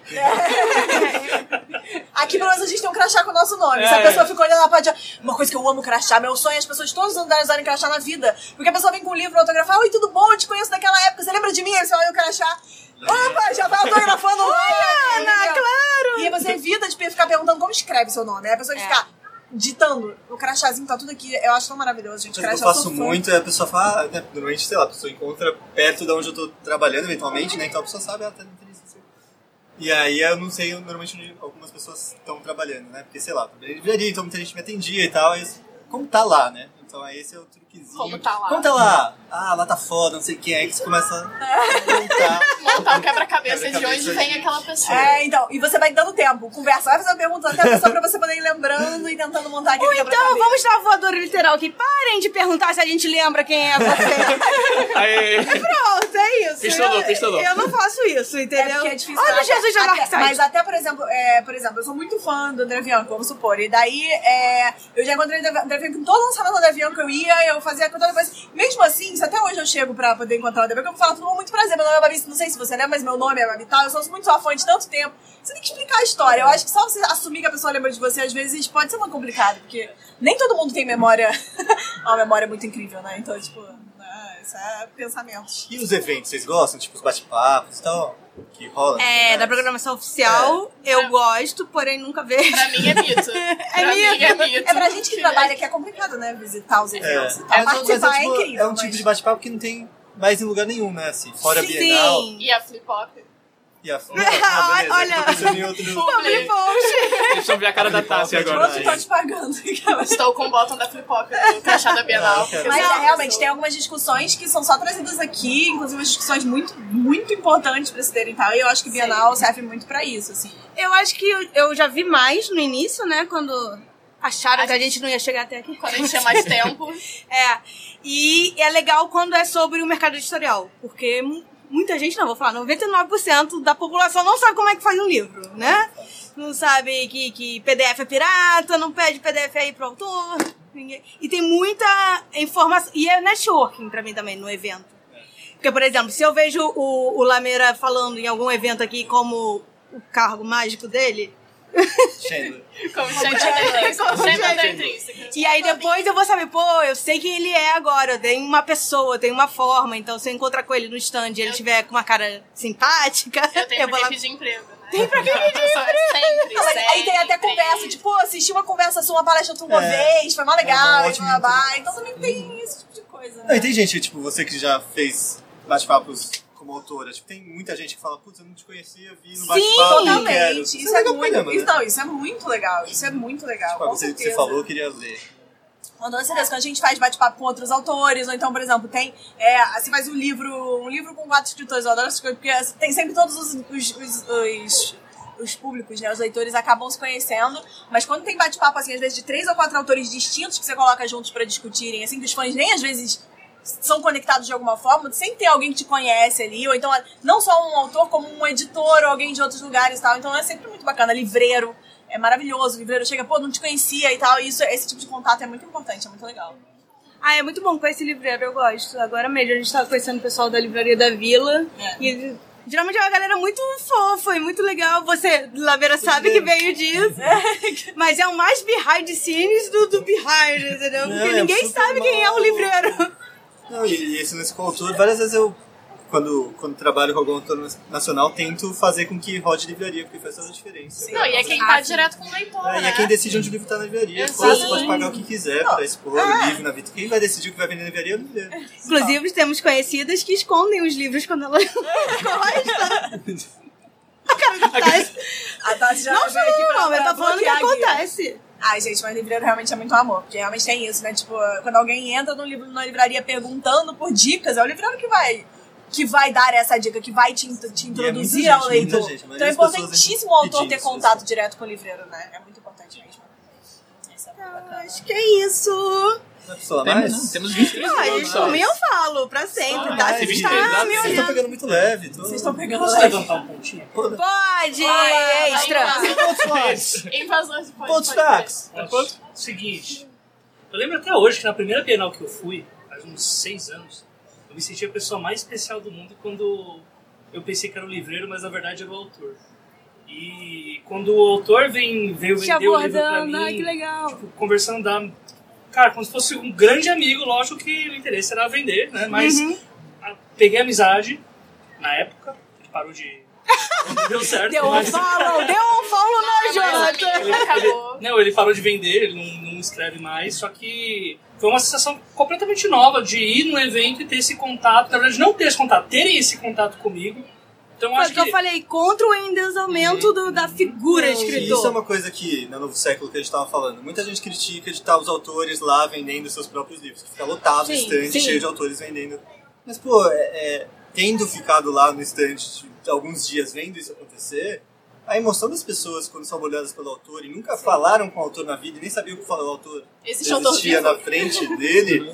S2: Aqui, pelo menos, a gente tem um crachá com o nosso nome. Se a
S5: É.
S2: pessoa fica olhando lá, pode... Uma coisa que eu amo crachá, meu sonho é as pessoas de todos os andares usarem crachá na vida. Porque a pessoa vem com um livro autografar, oi, tudo bom? Eu te conheço daquela época, você lembra de mim? Aí você olha o crachá... Opa, já vai autografando. Olha,
S1: Ana,
S2: claro! E aí você evita de pe- ficar perguntando como escreve seu nome. Aí a pessoa
S1: É.
S2: fica ditando. O crachazinho tá tudo aqui. Eu acho tão maravilhoso, gente.
S4: Uma coisa que
S2: crachá,
S4: eu
S2: sou
S4: faço
S2: fã.
S4: muito é a pessoa fala, ah, né, normalmente, sei lá, a pessoa encontra perto de onde eu tô trabalhando, eventualmente, né? Então a pessoa sabe, ah, tá no interesse, assim. E aí eu não sei normalmente onde algumas pessoas estão trabalhando, né? Porque, sei lá, eu trabalhei de livraria, então muita gente me atendia e tal, mas como tá lá, né? Então aí esse é o truquezinho.
S3: Como tá lá?
S4: Como tá lá? Ah, lá tá foda, não sei o que, aí que você começa a contar.
S3: Montar o quebra-cabeça de
S4: Quebra-cabeça
S3: onde vem
S4: de-
S3: aquela pessoa.
S2: É, então, e você vai dando tempo, conversa, vai fazendo perguntas até a pessoa pra você poder ir lembrando e tentando montar aquele
S1: Então
S2: quebra-cabeça.
S1: vamos dar uma voadora literal aqui. Parem de perguntar se a gente lembra quem é você.
S5: Aí,
S1: Pronto, é isso.
S5: Pistolou,
S1: eu,
S5: pistolou.
S1: Eu não faço isso,
S2: É
S1: entendeu?
S2: porque é difícil.
S1: Olha
S2: até-
S1: o Jesus da
S2: até-
S1: Dark Side.
S2: Mas até, por exemplo, é, por exemplo, eu sou muito fã do André Bianco, vamos supor. E daí é, eu já encontrei o André Bianco em todo lançamento do André Bianco, eu ia, eu fazia com toda coisa. Mesmo assim, se até hoje eu chego pra poder encontrar o André Bianco, eu falo, com muito prazer, meu nome é Babi, não sei se você lembra, mas meu nome é Babi tal, eu sou muito sua fã de tanto tempo. Você tem que explicar a história. Eu acho que só você assumir que a pessoa lembra de você, às vezes, pode ser uma complicado, porque nem todo mundo tem memória. É uma memória muito incrível, né? Então, tipo, ah, isso é pensamentos.
S4: E os eventos, vocês gostam? Tipo, os bate-papos e tal? Que rola?
S1: É, da programação oficial, eu gosto, porém nunca vejo.
S3: Pra mim é mito. pra mim é mito.
S2: É pra gente que trabalha que é complicado, né? Visitar os
S4: É,
S2: eventos.
S4: Mas,
S2: É.
S4: mas é,
S2: Participar é,
S4: tipo,
S2: incrível.
S4: é um tipo
S2: mas-
S4: de bate-papo que não tem mais em lugar nenhum, né? Assim, fora a Bienal.
S1: Sim.
S3: E a flip-hop.
S4: E a Ah, foto.
S1: Olha-
S4: Olha,
S1: olha.
S4: tô pensando em então outro.
S1: Public post.
S5: deixa eu ver a cara da Tassi agora.
S2: Quanto tá te pagando?
S3: Estou com o botão da flip-hop no crachá da
S4: Ah,
S3: Bienal. porque eu
S2: Mas
S3: sou
S2: é,
S3: uma
S2: realmente,
S3: pessoa-
S2: tem algumas discussões que são só trazidas aqui, inclusive umas discussões muito, muito importantes pra se terem e tal. E eu acho que Bienal serve muito pra isso, assim.
S1: Eu acho que eu, eu já vi mais no início, né? Quando acharam que a gente não ia chegar até aqui.
S3: Quando a gente tinha mais tempo,
S1: É. E é legal quando é sobre o mercado editorial, porque mu- muita gente, não vou falar, 99% da população não sabe como é que faz um livro, né? Não sabe que, que PDF é pirata, não pede PDF aí pro autor. ninguém- E tem muita informação. E é networking pra mim também no evento. Porque, por exemplo, se eu vejo o, o Lameira falando em algum evento aqui como o cargo mágico dele,
S4: Chandler.
S3: como gente como gente intrínseca.
S1: E aí depois eu vou saber, pô, eu sei quem ele é agora, tem uma pessoa, tem uma forma, então se eu encontrar com ele no stand e ele tiver com uma cara simpática,
S3: Eu tenho
S1: vou
S3: pra
S1: lá.
S3: quem pedir emprego, né? Tem pra quem pedir emprego. Sempre, sempre.
S2: Aí tem até conversa, tipo, pô, assisti uma conversa sua, uma palestra tua uma
S4: É.
S2: vez, foi mó
S4: É
S2: legal,
S4: uma
S2: e
S4: ótima
S2: blá, blá, blá. Então também tem esse tipo de coisa,
S4: Não,
S2: né?
S4: e tem gente, tipo, você que já fez bate-papos como autora. Tipo, tem muita gente que fala, putz, eu não te conhecia, vi no bate-papo, não um quero.
S2: Totalmente. Isso é
S4: legal pra
S2: muito.
S4: caramba, né?
S2: Então, isso é muito legal. Isso é muito legal.
S4: Tipo,
S2: Com
S4: você, você
S2: certeza.
S4: falou, eu queria ler.
S2: Mandou essa ideia, quando a gente faz bate-papo com outros autores, ou então, por exemplo, tem. É, você faz um livro, um livro com quatro escritores, eu adoro essas coisas, porque assim, tem sempre todos os. os, os- os- os públicos, né? Os leitores acabam se conhecendo, mas quando tem bate-papo, assim, às vezes de três ou quatro autores distintos que você coloca juntos pra discutirem, assim, que os fãs nem às vezes são conectados de alguma forma, sem ter alguém que te conhece ali, ou então não só um autor, como um editor ou alguém de outros lugares e tal. Então é sempre muito bacana. Livreiro é maravilhoso, o livreiro chega, pô, não te conhecia e tal. E isso, esse tipo de contato é muito importante, é muito legal.
S1: Ah, é muito bom com esse livreiro, eu gosto. Agora mesmo, a gente tava conhecendo o pessoal da livraria da Vila.
S2: É.
S1: E ele- geralmente é uma galera muito fofa e muito legal. Você, Laveira, sabe que veio disso. Mas é o mais behind the scenes do, do behind, entendeu?
S4: Não,
S1: Porque
S4: é
S1: ninguém
S4: super
S1: sabe quem é o
S4: mal.
S1: livreiro.
S4: Não, e, e esse lance com o autor, várias vezes eu, quando, quando trabalho com algum autor nacional, tento fazer com que rode livraria, porque faz toda a diferença.
S3: Não, e é quem tá direto com o leitor,
S4: É, e
S3: né?
S4: é quem decide onde o livro tá na livraria.
S3: Exato.
S4: Pô, você pode pagar o que quiser pra expor o livro na vitrine. Quem vai decidir o que vai vender na livraria é o livreiro.
S1: Inclusive, temos conhecidas que escondem os livros quando elas gostam. A cara da Tassi.
S2: A Tati já
S1: Não
S2: veio
S1: falando
S2: aqui
S1: o
S2: pra-
S1: nome, eu
S2: pra
S1: tô falando o que é
S2: bloquear a Guia.
S1: acontece.
S2: Ai, gente, mas livreiro realmente é muito amor, porque realmente tem isso, né? Tipo, quando alguém entra num livro, numa livraria perguntando por dicas, é o livreiro que vai que vai dar essa dica, que vai te, in- te introduzir
S4: é muita
S2: ao
S4: gente, muita
S2: leitor.
S4: gente, mas
S2: então é
S4: as pessoas
S2: importantíssimo o autor
S4: pedindo
S2: ter
S4: isso,
S2: contato
S4: assim.
S2: direto com o livreiro, né? É muito importante mesmo. Isso é muito bacana.
S1: Acho que é isso.
S4: Não é pra falar
S5: Temos,
S4: mais?
S5: né? Temos 23
S1: Ah,
S5: minutos.
S1: gente, por mim eu falo, pra sempre, tá?
S4: Ah,
S5: Ai,
S4: é,
S1: Se
S5: gente,
S1: está
S5: exato.
S1: me
S4: Vocês estão
S1: olhando.
S4: pegando muito leve. Tô...
S2: Vocês estão pegando
S6: Posso
S2: leve.
S6: levantar um pontinho?
S4: Pô,
S1: Pode,
S2: Vai,
S1: extra.
S3: vai,
S4: Pontos fortes.
S3: Invasor de pode-
S4: Pontos
S3: pode-
S4: fracos.
S6: Posso? Seguinte, eu lembro até hoje que na primeira Bienal que eu fui, faz uns seis anos, eu me senti a pessoa mais especial do mundo quando eu pensei que era o livreiro, mas na verdade era o autor. E quando o autor vem, veio
S1: Te
S6: vender o livro pra
S1: abordando,
S6: mim,
S1: ai, que legal.
S6: tipo, conversando da... Cara, como se fosse um grande amigo, lógico que o interesse era vender, né? Mas
S1: Uhum.
S6: a- peguei amizade na época, que parou de... não Deu certo.
S1: Deu um
S6: mas-
S1: follow, deu um follow na
S3: Mas,
S1: Jota.
S3: amigo, acabou.
S6: Não, ele parou de vender, ele não, não escreve mais, só que foi uma sensação completamente nova de ir num evento e ter esse contato, na verdade não ter esse contato, terem esse contato comigo. Então
S1: Foi o
S6: acho
S1: que eu
S6: que
S1: falei, contra o endeusamento do- da figura
S4: E isso é
S1: escritor.
S4: uma coisa que, no novo século que a gente estava falando, muita gente critica de estar os autores lá vendendo seus próprios livros, que fica lotado
S1: Sim,
S4: o estande,
S1: sim.
S4: cheio de autores vendendo. Mas, pô, é- é, tendo ficado lá no estande de- alguns dias vendo isso acontecer, a emoção das pessoas quando são olhadas pelo autor e nunca falaram com o autor na vida, e nem sabiam o que falou o autor
S3: Esse show
S4: existia na frente dele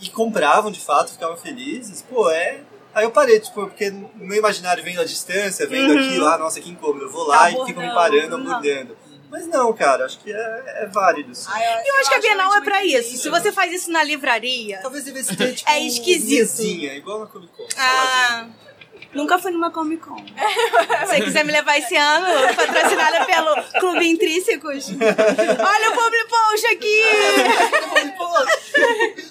S4: e compravam de fato, ficavam felizes, pô, é. Aí eu parei, tipo, porque no meu imaginário vendo a distância, vendo aqui lá, nossa, que incômodo, eu vou lá
S1: Uhum. Tá
S4: e fico me
S1: abordando,
S4: parando,
S1: não.
S4: abordando. Mas não, cara, acho que é, é válido. sim.
S2: Ai,
S1: Eu acho que a Bienal é
S2: muito
S1: pra isso.
S2: incrível.
S1: Se você faz isso na livraria.
S4: Talvez devesse ter, tipo,
S1: É esquisito.
S4: mesinha, igual na Comic Con.
S1: Ah, nunca fui numa Comic Con. Se você quiser me levar esse ano, patrocinada pelo Clube Intrínsecos. Olha o Publi Post aqui!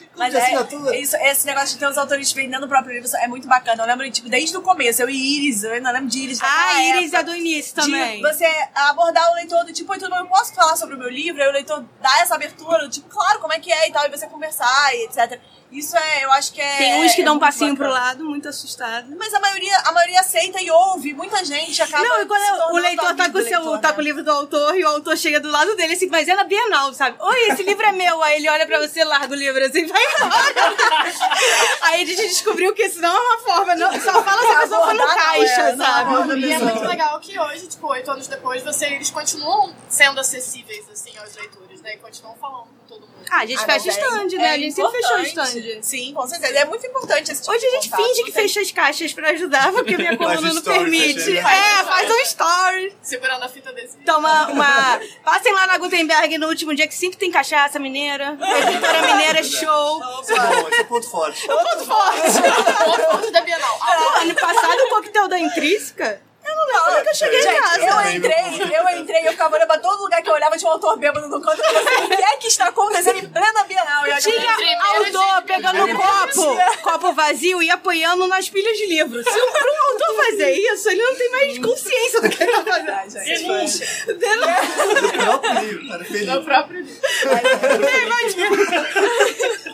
S2: Mas
S4: de
S2: é,
S4: assinatura.
S2: isso, esse negócio de ter os autores vendendo o próprio livro é muito bacana. Eu lembro, tipo, desde o começo, eu e Iris, eu ainda lembro de Iris.
S1: Ah,
S2: naquela
S1: Iris
S2: época.
S1: é do início também.
S2: De você abordar o leitor do tipo, "Oi, tudo bem, eu posso falar sobre o meu livro? Aí o leitor dá essa abertura, do tipo, claro, como é que é e tal, e você conversar e etc. Isso é, eu acho que é.
S1: Tem uns que
S2: é
S1: dão um
S2: muito
S1: passinho pro
S2: bacana.
S1: lado, muito assustado.
S2: Mas a maioria, a maioria aceita e ouve, muita gente acaba.
S1: Não, e
S2: se
S1: quando
S2: tornando
S1: o leitor tá
S2: amigo
S1: com, o
S2: do
S1: seu,
S2: leitor,
S1: tá
S2: né?
S1: com o livro do autor e o autor chega do lado dele assim, mas é na Bienal, sabe? Oi, esse livro é meu. Aí ele olha pra você, larga o livro assim, vai embora. Aí a gente descobriu que isso não é uma forma, não, só fala se a pessoa for no
S2: Abordar, não é,
S1: caixa,
S2: não
S1: sabe?
S2: aborda
S3: E é
S2: mesmo.
S3: muito legal que hoje, tipo, oito anos depois, você, eles continuam sendo acessíveis, assim, aos leitores, né? E continuam falando com todo mundo.
S1: Ah, a gente
S2: Ah,
S1: fecha
S2: não, é-
S1: stand, né?
S2: é
S1: a gente sempre fechou o
S2: importante.
S1: stand.
S2: Sim, com certeza. É muito importante esse tipo
S1: Hoje a
S2: de
S1: gente
S2: contato,
S1: finge
S2: não
S1: que
S2: tem-
S1: fecha as caixas pra ajudar, porque minha
S4: Faz
S1: coluna não
S4: story,
S1: permite.
S4: fecha, né?
S1: É, faz um story.
S3: Segurando a fita desse
S1: Toma uma. Passem lá na Gutenberg no último dia que sempre tem cachaça mineira. Editora mineira é show.
S4: Isso é bom, esse é um ponto forte.
S1: Ponto forte.
S3: ponto da Bienal. Ah,
S1: Ano passado, o coquetel da Intrínseca. Eu não lembro quando que eu cheguei em casa.
S2: Eu
S4: Também
S2: entrei, eu entrei, eu ficava olhando pra todo lugar que eu olhava, tinha um autor bêbado no canto. Eu falei, o que é que está acontecendo em plena Bienal? E eu
S1: Tinha
S3: Primeiro
S1: autor
S3: de-
S1: pegando o copo, copo vazio e apoiando nas pilhas de livro. Se um, pra um autor fazer isso, ele não tem mais consciência do que ele tá fazendo.
S6: Denúncia.
S4: Do próprio livro, era
S3: No
S4: feliz.
S3: próprio livro.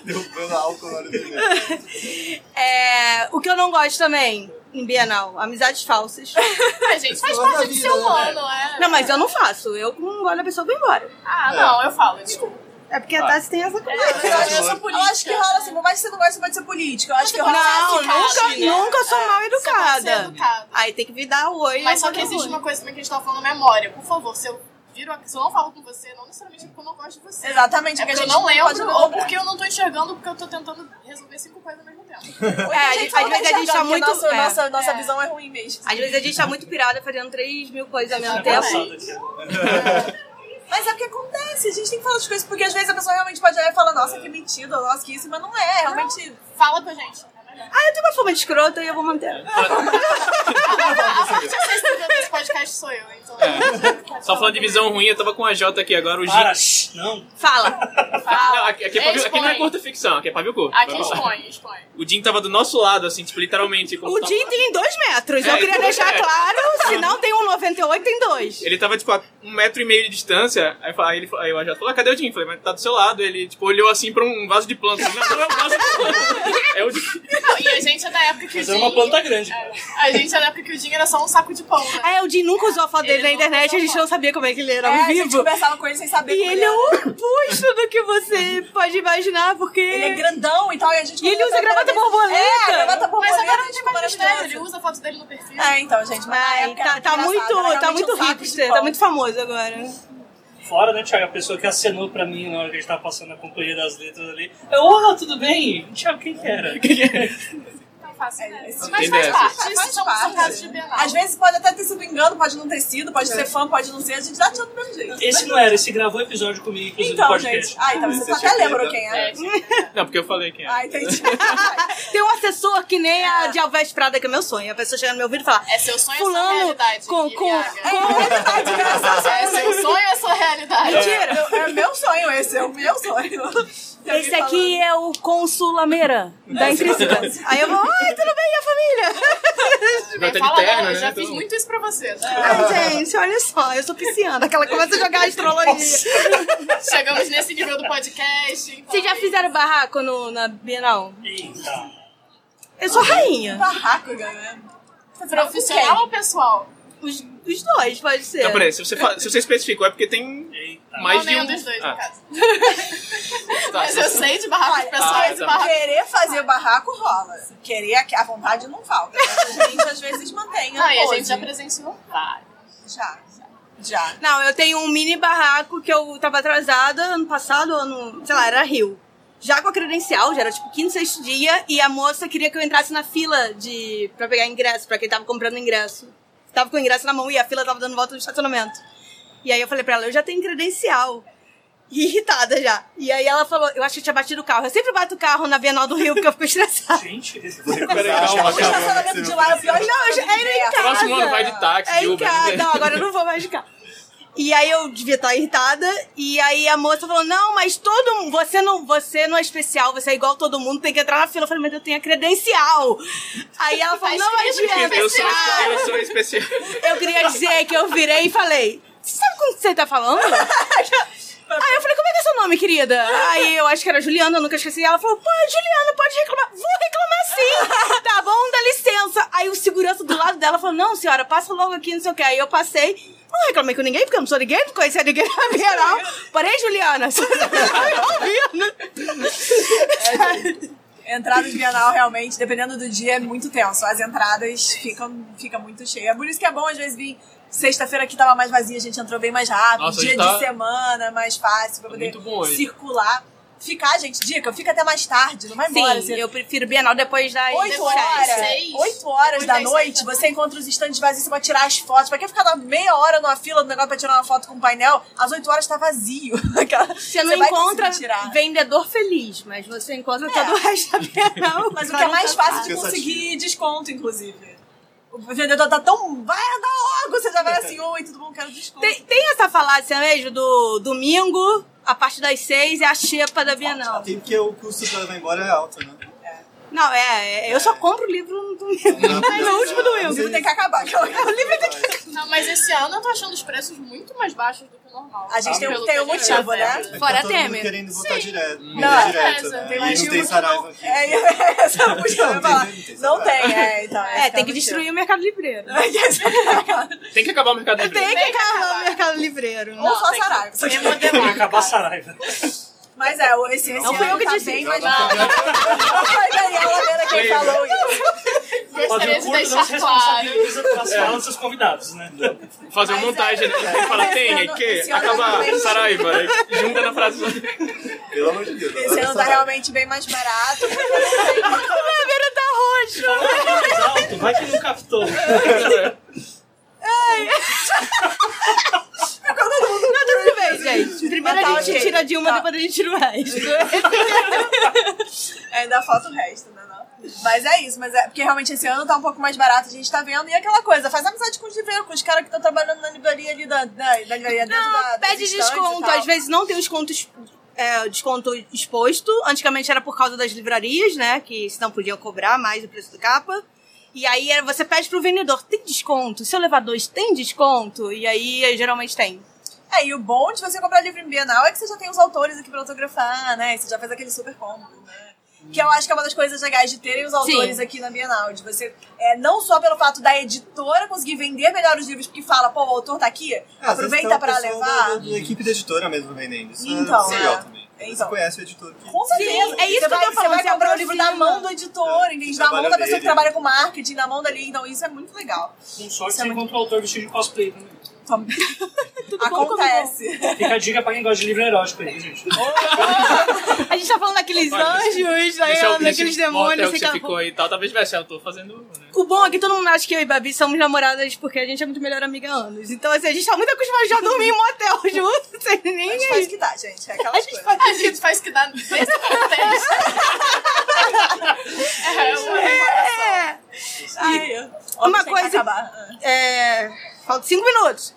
S4: Derrubando álcool na hora dele.
S1: É, o que eu não gosto também em Bienal, amizades falsas.
S3: Ah, gente, faz
S4: Falando
S3: parte
S4: da
S3: do
S4: vida,
S3: seu
S4: né?
S3: ano, é.
S1: Não, mas eu não faço. Eu não gosto da pessoa vai embora.
S3: Ah, não, eu falo, desculpa.
S1: É porque a
S5: Ah.
S1: Tassi tem essa
S3: É,
S1: coisa.
S2: Eu acho, eu sou política. Eu acho que rola assim, por mais que você não goste, você pode ser político. Eu acho que rola
S1: Não,
S2: assim, cara.
S1: nunca,
S3: né?
S1: nunca sou mal
S3: pode ser
S1: educada.
S3: educado.
S1: Aí tem que vir dar oi.
S3: Mas só
S1: eu
S3: que
S1: vou
S3: existe
S1: dar
S3: uma
S1: oi.
S3: coisa também que a gente tava falando, memória. Por favor, se eu viro a... se eu não falo com você, não necessariamente é porque eu não gosto de você.
S2: Exatamente, porque
S3: É porque
S2: a
S3: eu
S2: gente
S3: não
S2: pode
S3: lembro,
S2: não
S3: ou
S2: lembrar.
S3: porque eu não tô enxergando, porque eu tô tentando resolver cinco coisas ao mesmo tempo.
S2: Ou
S1: É,
S2: gente
S1: às vezes
S2: só
S1: a gente tá
S2: enxergando,
S1: muito-
S2: porque Nossa,
S1: é.
S2: nossa, nossa
S3: É.
S2: visão é ruim mesmo.
S1: Às vezes a gente tá muito pirada fazendo 3 mil coisas ao mesmo
S3: Não, é. assim.
S1: tempo.
S3: não.
S2: Mas é o que acontece, a gente tem que falar as coisas, porque às vezes a pessoa realmente pode olhar e falar, nossa, que mentira, nossa, que isso, mas não é, realmente.
S3: Fala com a gente. é melhor.
S1: Ah, eu tenho uma forma de escrota e eu vou manter.
S3: Já sei se esse podcast sou eu, então. Pode
S5: É. Só
S3: falar.
S5: falando de visão ruim, eu tava com a Jota aqui agora, o G.
S6: Para, shh, não.
S1: Fala.
S5: Não, aqui, aqui é pavio- aqui
S3: Expõe.
S5: não é curta ficção, aqui é pavio curto.
S3: Aqui
S5: Vamos lá.
S3: expõe, expõe.
S5: O Jim tava do nosso lado, assim, tipo, literalmente. quando
S1: O
S5: tava-
S1: Jim tem dois metros. Eu
S5: É,
S1: queria
S5: então,
S1: deixar
S5: é.
S1: claro, se não tem um 98, tem dois.
S5: Ele tava, tipo, a um metro e meio de distância. Aí, fa- aí ele, fa- aí o Jota falou, ah, cadê o Jim? Eu Falei, mas tá do seu lado. Ele, tipo, olhou assim pra um vaso de planta. Assim, não, não é um vaso de planta. É o Jim.
S3: Não, e a gente é da época que
S6: Mas
S3: o
S6: era
S3: Jim...
S6: uma planta grande.
S3: É, a gente é da época que o Jim era só um saco de pão, né?
S1: Ah, é, o Jim nunca usou a foto dele
S3: Ele
S1: na
S3: nunca
S1: internet,
S3: usou
S1: a gente
S3: foto.
S1: não sabia como é que ele era
S2: É,
S1: ao
S2: a gente
S1: vivo.
S2: conversava com ele sem saber
S1: E
S2: como
S1: ele é o oposto do que você pode imaginar, porque.
S2: Ele é grandão e tal, e a gente...
S1: E ele usa
S2: conversava
S1: gravata
S2: cada vez-
S1: borboleta.
S2: É, gravata borboleta.
S3: Mas agora não
S2: tipo,
S3: tem mais mistério, ele
S2: maravilhosa.
S3: usa a foto dele no perfil.
S2: É, então, gente, mas na
S1: Ai, tá,
S2: época era
S1: tá
S2: engraçado,
S1: muito,
S2: era
S1: tá
S2: realmente
S1: muito
S2: um saco de
S1: hipster,
S2: pau.
S1: tá muito famoso agora.
S6: Fora, né, Thiago? A pessoa que acenou pra mim na hora que a gente tava passando a companhia das letras ali. Eu, oh, tudo bem? Thiago, quem que era?
S3: Não faço ideia.
S2: É, esse-
S3: Mas
S5: Tem
S3: faz
S5: dessas.
S3: parte,
S2: Faz
S3: são-
S2: parte.
S3: são casos de É. Bienal.
S2: Às vezes pode até ter sido engano, pode não ter sido, pode ser fã, pode não ser, a gente dá tudo pelo jeito.
S6: Esse não era, esse gravou episódio comigo, inclusive, no
S2: Então,
S6: podcast.
S2: gente. Ah, então
S4: Você
S2: você até
S4: tinha que
S2: lembrou
S4: lembrar.
S2: quem
S3: É,
S2: é.
S3: tipo,
S5: Não, porque eu falei quem
S2: Ah,
S5: é.
S2: entendi.
S1: Tem um assessor que nem a de Alves Prada, que é meu sonho. A pessoa chega no meu ouvido e fala:
S3: é seu sonho ou sua
S1: Fulano,
S3: realidade?
S1: com, com, né?
S3: Iaga?
S1: com.
S3: É seu sonho ou sua realidade?
S1: Mentira!
S2: Eu- É meu sonho esse, é o meu sonho.
S1: Esse aqui é o Cônsul Lameira,
S2: é
S1: da Intrínseca. Aí eu vou, oi, tudo bem, e a família?
S5: Vai tá de
S3: Fala,
S5: terno,
S3: não,
S5: né?
S3: eu já
S5: Então-
S3: fiz muito isso pra você. né?
S1: Ai, gente, olha só, eu sou pisciana, que ela começa a jogar astrologia.
S3: Chegamos nesse nível do podcast. então-
S1: Vocês já fizeram barraco no, na Bienal?
S6: Eita.
S1: Eu sou rainha.
S2: Barraco, né?
S3: Profissional ou pessoal?
S1: Os, os dois, pode ser.
S5: Então, peraí, se você, fala- se você especificou é porque tem
S6: Eita.
S5: mais
S3: não,
S5: de
S3: nenhum
S5: um...
S3: dos dois,
S5: Ah,
S3: no caso.
S5: tá.
S3: Mas eu sei de barracos
S2: Olha,
S3: pessoais
S5: tá.
S3: e barracos...
S2: Querer fazer barraco rola. Querer a, a vontade não falta. Mas a gente às vezes mantém.
S3: Ah, e a
S2: pose.
S3: gente já presenciou vários.
S2: Já. Já.
S1: Não, eu tenho um mini barraco que eu tava atrasada ano passado, ano, sei lá, era Rio. Já com a credencial, já era tipo quinto, sexto dia, e a moça queria que eu entrasse na fila de pra pegar ingresso, pra quem tava comprando ingresso. Tava com o ingresso na mão e a fila tava dando volta no estacionamento. E aí eu falei pra ela, eu já tenho credencial. E irritada já. E aí ela falou, eu acho que eu tinha batido o carro. Eu sempre bato o carro na Bienal do Rio porque eu fico estressada.
S6: Gente,
S4: Peraí,
S2: O
S4: calma,
S2: estacionamento de lá é o pior.
S1: Não, eu já era em casa.
S5: Próximo ano vai de táxi,
S1: É
S5: de
S1: em
S5: Uber. né?
S1: casa. Não, agora eu não vou mais de carro. E aí eu devia estar irritada. E aí a moça falou: Não, mas todo mundo. Você não, você não é especial, você é igual todo mundo, tem que entrar na fila. Eu falei, mas eu tenho a credencial. Aí ela falou:
S3: Tá
S1: Não, mas
S3: escrito que
S1: Diana,
S3: é
S5: Eu sou,
S3: Ah.
S5: eu sou especial.
S1: eu queria dizer que eu virei e falei: Você sabe com o que você tá falando? Aí eu falei, como é que é seu nome, querida? Aí eu acho que era Juliana, eu nunca esqueci. Ela falou, pô, Juliana, pode reclamar. Vou reclamar sim, tá bom? Dá licença. Aí o segurança do lado dela falou, não, senhora, passa logo aqui, não sei o quê. Aí eu passei, não reclamei com ninguém, porque eu não sou ninguém, não conhecia ninguém na
S2: Tá
S1: Bienal. Parei, Juliana. Você tá me ouvindo?
S2: Entrada de Bienal, realmente, dependendo do dia, é muito tenso. As entradas ficam fica muito cheias. Por isso que é bom, às vezes, vir sexta-feira que tava mais vazia, a gente entrou bem mais rápido.
S5: Nossa,
S2: dia
S5: hoje tá-
S2: de semana, mais fácil, pra poder
S5: muito bom hoje.
S2: circular. Ficar, gente, dica, fica até mais tarde, não vai embora.
S1: Sim, eu prefiro Bienal depois das...
S2: Tá oito
S3: depois das
S2: horas,
S3: seis.
S2: oito horas
S3: Depois
S2: da
S3: das
S2: noite,
S3: seis.
S2: você encontra os estandes vazios, você vai tirar as fotos. Pra quem ficar na meia hora numa fila do negócio pra tirar uma foto com o painel, às oito horas tá vazio. Aquela-
S1: Você não
S2: vai
S1: encontra
S2: conseguir tirar.
S1: vendedor feliz, mas você encontra todo o resto da Bienal.
S2: Mas o que é mais fácil de
S4: Eu só
S2: conseguir desconto, inclusive. O vendedor tá tão. Vai andar logo! Você já vai assim, oi, tudo bom? Quero desconto.
S1: Tem, tem essa falácia mesmo do domingo, a partir das seis é a xepa da Bienal.
S4: Tem porque o custo pra levar embora é alto, né?
S1: Não, é, é, eu só compro o livro no domingo. No último
S2: O livro
S1: domingo.
S2: tem que acabar.
S1: O livro
S2: é
S1: tem que...
S3: Não, mas esse ano eu tô achando os preços muito mais baixos do que o normal.
S2: A gente
S6: tem um-
S3: Pelo
S2: tem um
S3: que eu já
S2: motivo, né?
S3: vejo.
S4: É que
S1: Fora
S4: tá todo mundo
S1: Temer.
S4: querendo voltar
S3: Sim.
S4: direto. Não,
S2: Não,
S4: direto,
S3: é,
S4: né?
S3: tem
S4: E não
S3: motivo
S4: tem
S3: que
S4: saraiva aqui.
S2: É, essa é o motivo que eu ia falar.
S4: Não tem,
S2: Não tem, é, então.
S1: É, tem que destruir o mercado livreiro.
S5: Tem que acabar o mercado livre.
S1: Tem que
S3: Tem que
S1: acabar o
S3: acabar.
S1: mercado livreiro.
S2: Ou só
S3: tem que-
S2: Saraiva.
S6: vai acabar a Saraiva.
S2: Mas é, o- esse esse
S1: Não fui eu
S2: ano
S1: que
S2: tá
S1: disse.
S2: bem
S4: Não,
S2: mais
S4: não,
S2: baixo. Foi Daniela Vera quem falou isso.
S3: Gostaria
S6: Fábio
S3: de
S6: Curto não se
S3: deixar claro.
S6: responsabiliza pelas falas dos seus convidados, né?
S5: Fazer uma
S2: Mas
S5: montagem,
S2: é-
S5: né? Tem que falar, tem, é
S2: Esse
S5: que
S2: ano-
S5: acabar
S2: esse ano-
S5: Saraiva. né? Junta na frase.
S4: Pelo amor de Deus.
S2: é. Esse ano tá realmente bem mais barato.
S1: O livreiro tá roxo.
S6: Falou que é mais alto, vai que não captou.
S1: Não, tá tudo bem, gente. Primeiro
S2: Tá,
S1: a
S2: tá,
S1: gente
S2: ok.
S1: tira de uma,
S2: Tá.
S1: depois a gente tira o resto.
S2: Ainda falta o resto, né? Não? Mas é isso, mas é porque realmente esse ano tá um pouco mais barato, a gente tá vendo. E aquela coisa, faz amizade com os livreiros, com os caras que estão trabalhando na livraria ali da, da, da livraria dentro
S1: Não,
S2: da. dos
S1: pede
S2: estandes e
S1: desconto.
S2: tal.
S1: Às vezes não tem os contos. é, desconto exposto. Antigamente era por causa das livrarias, né? Que senão podiam cobrar mais o preço do capa. E aí é, você pede pro vendedor, tem desconto? Seu levar dois tem desconto? E aí é, geralmente tem.
S2: É, e o bom de você comprar livro em Bienal é que você já tem os autores aqui pra autografar, né? Você já fez aquele super combo, né? que eu acho que é uma das coisas legais de terem os autores
S1: Sim.
S2: aqui na Bienal. De você, é, não só pelo fato da editora conseguir vender melhor os livros, porque fala, pô, o autor tá aqui,
S4: Ah, às vezes
S2: aproveita
S4: tá o
S2: pra
S4: pessoal
S2: levar.
S4: Da, da, da equipe da editora mesmo vendendo. Isso
S2: Então,
S4: é legal
S2: é.
S4: também. Você
S2: Então.
S4: conhece o editor. Que...
S2: Com certeza.
S1: é isso
S2: você
S1: que eu
S2: vai,
S1: tô falando,
S2: Você
S1: se
S2: vai comprar o livro
S1: aproxima.
S2: na mão do editor,
S4: É,
S2: em vez
S4: do
S2: da mão da
S4: trabalho
S2: pessoa que
S4: dele.
S2: trabalha com marketing, na mão dali. Então isso é muito legal.
S6: Com sorte,
S2: Isso é
S6: você
S2: muito
S6: encontra o autor vestido de cosplay também.
S2: Então, Acontece.
S6: Fica a dica pra quem gosta de livro erótico aí, gente.
S1: A gente tá falando daqueles
S5: Olha,
S1: anjos, aí,
S5: Esse é o-
S1: daqueles
S5: esse motel
S1: demônios, sei
S5: que você
S1: lá.
S5: ficou aí e tal. Talvez tivesse autor fazendo, né?
S1: O bom é que todo mundo acha que eu e Babi somos namoradas porque a gente é muito melhor amiga há anos. Então, assim, a gente tá muito acostumado já a dormir em motel junto, sem nem
S2: Mas faz
S1: aí.
S2: que dá, gente. É aquelas coisas.
S3: A gente faz que dá nesse contexto. é, uma-
S1: É,
S2: Ai,
S1: Uma
S2: homem tem que
S1: coisa-
S2: acabar. Ah.
S1: é. Falta cinco minutos.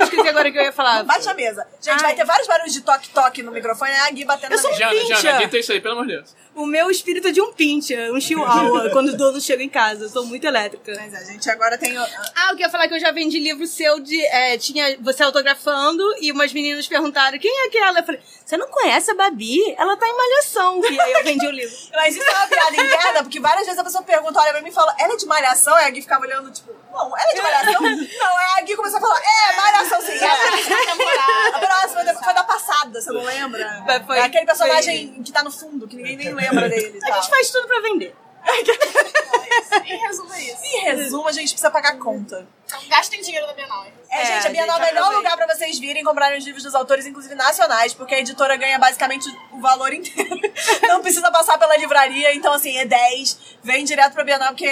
S1: Esqueci agora o que eu ia falar.
S2: Bate a mesa. Gente,
S1: Ai.
S2: vai ter vários barulhos de toque-toque no microfone. É a Gui batendo
S1: Eu
S2: na
S1: sou-
S2: mesa.
S5: Já, já,
S1: Pincha.
S5: dita isso aí, pelo amor de Deus.
S1: O meu espírito de um pincher, um chihuahua, quando o dono chega em casa. Eu sou muito elétrica.
S2: Mas a gente agora tem... o-
S1: Ah, o que eu ia falar é que eu já vendi livro seu de. é, tinha você autografando e umas meninas perguntaram quem é aquela. Eu falei, você não conhece a Babi? Ela tá em malhação. E aí eu vendi o livro.
S2: Mas isso é uma piada interna, porque várias vezes a pessoa pergunta, olha pra mim e fala, ela é de malhação? E a Gui ficava olhando, tipo, não, ela é de malhação? não, aí a Gui começou a falar, é, malhação sim, é a próxima temporada. A próxima temporada foi da passada, você não lembra?
S1: Mas foi-
S2: é aquele personagem que tá no fundo, que ninguém nem lembra dele. e
S1: A
S2: tal.
S1: gente faz tudo pra vender.
S3: e resumo é isso.
S2: Em resumo, a gente precisa pagar conta.
S3: Então, gastem dinheiro da Bienal. hein?
S2: É,
S1: É,
S2: gente, a Bienal é o
S1: gente,
S2: melhor
S1: aproveita.
S2: lugar pra vocês virem comprarem os livros dos autores, inclusive nacionais, porque a editora ganha basicamente o valor inteiro. Não precisa passar pela livraria, então assim, é 10, vem direto pra Bienal, porque.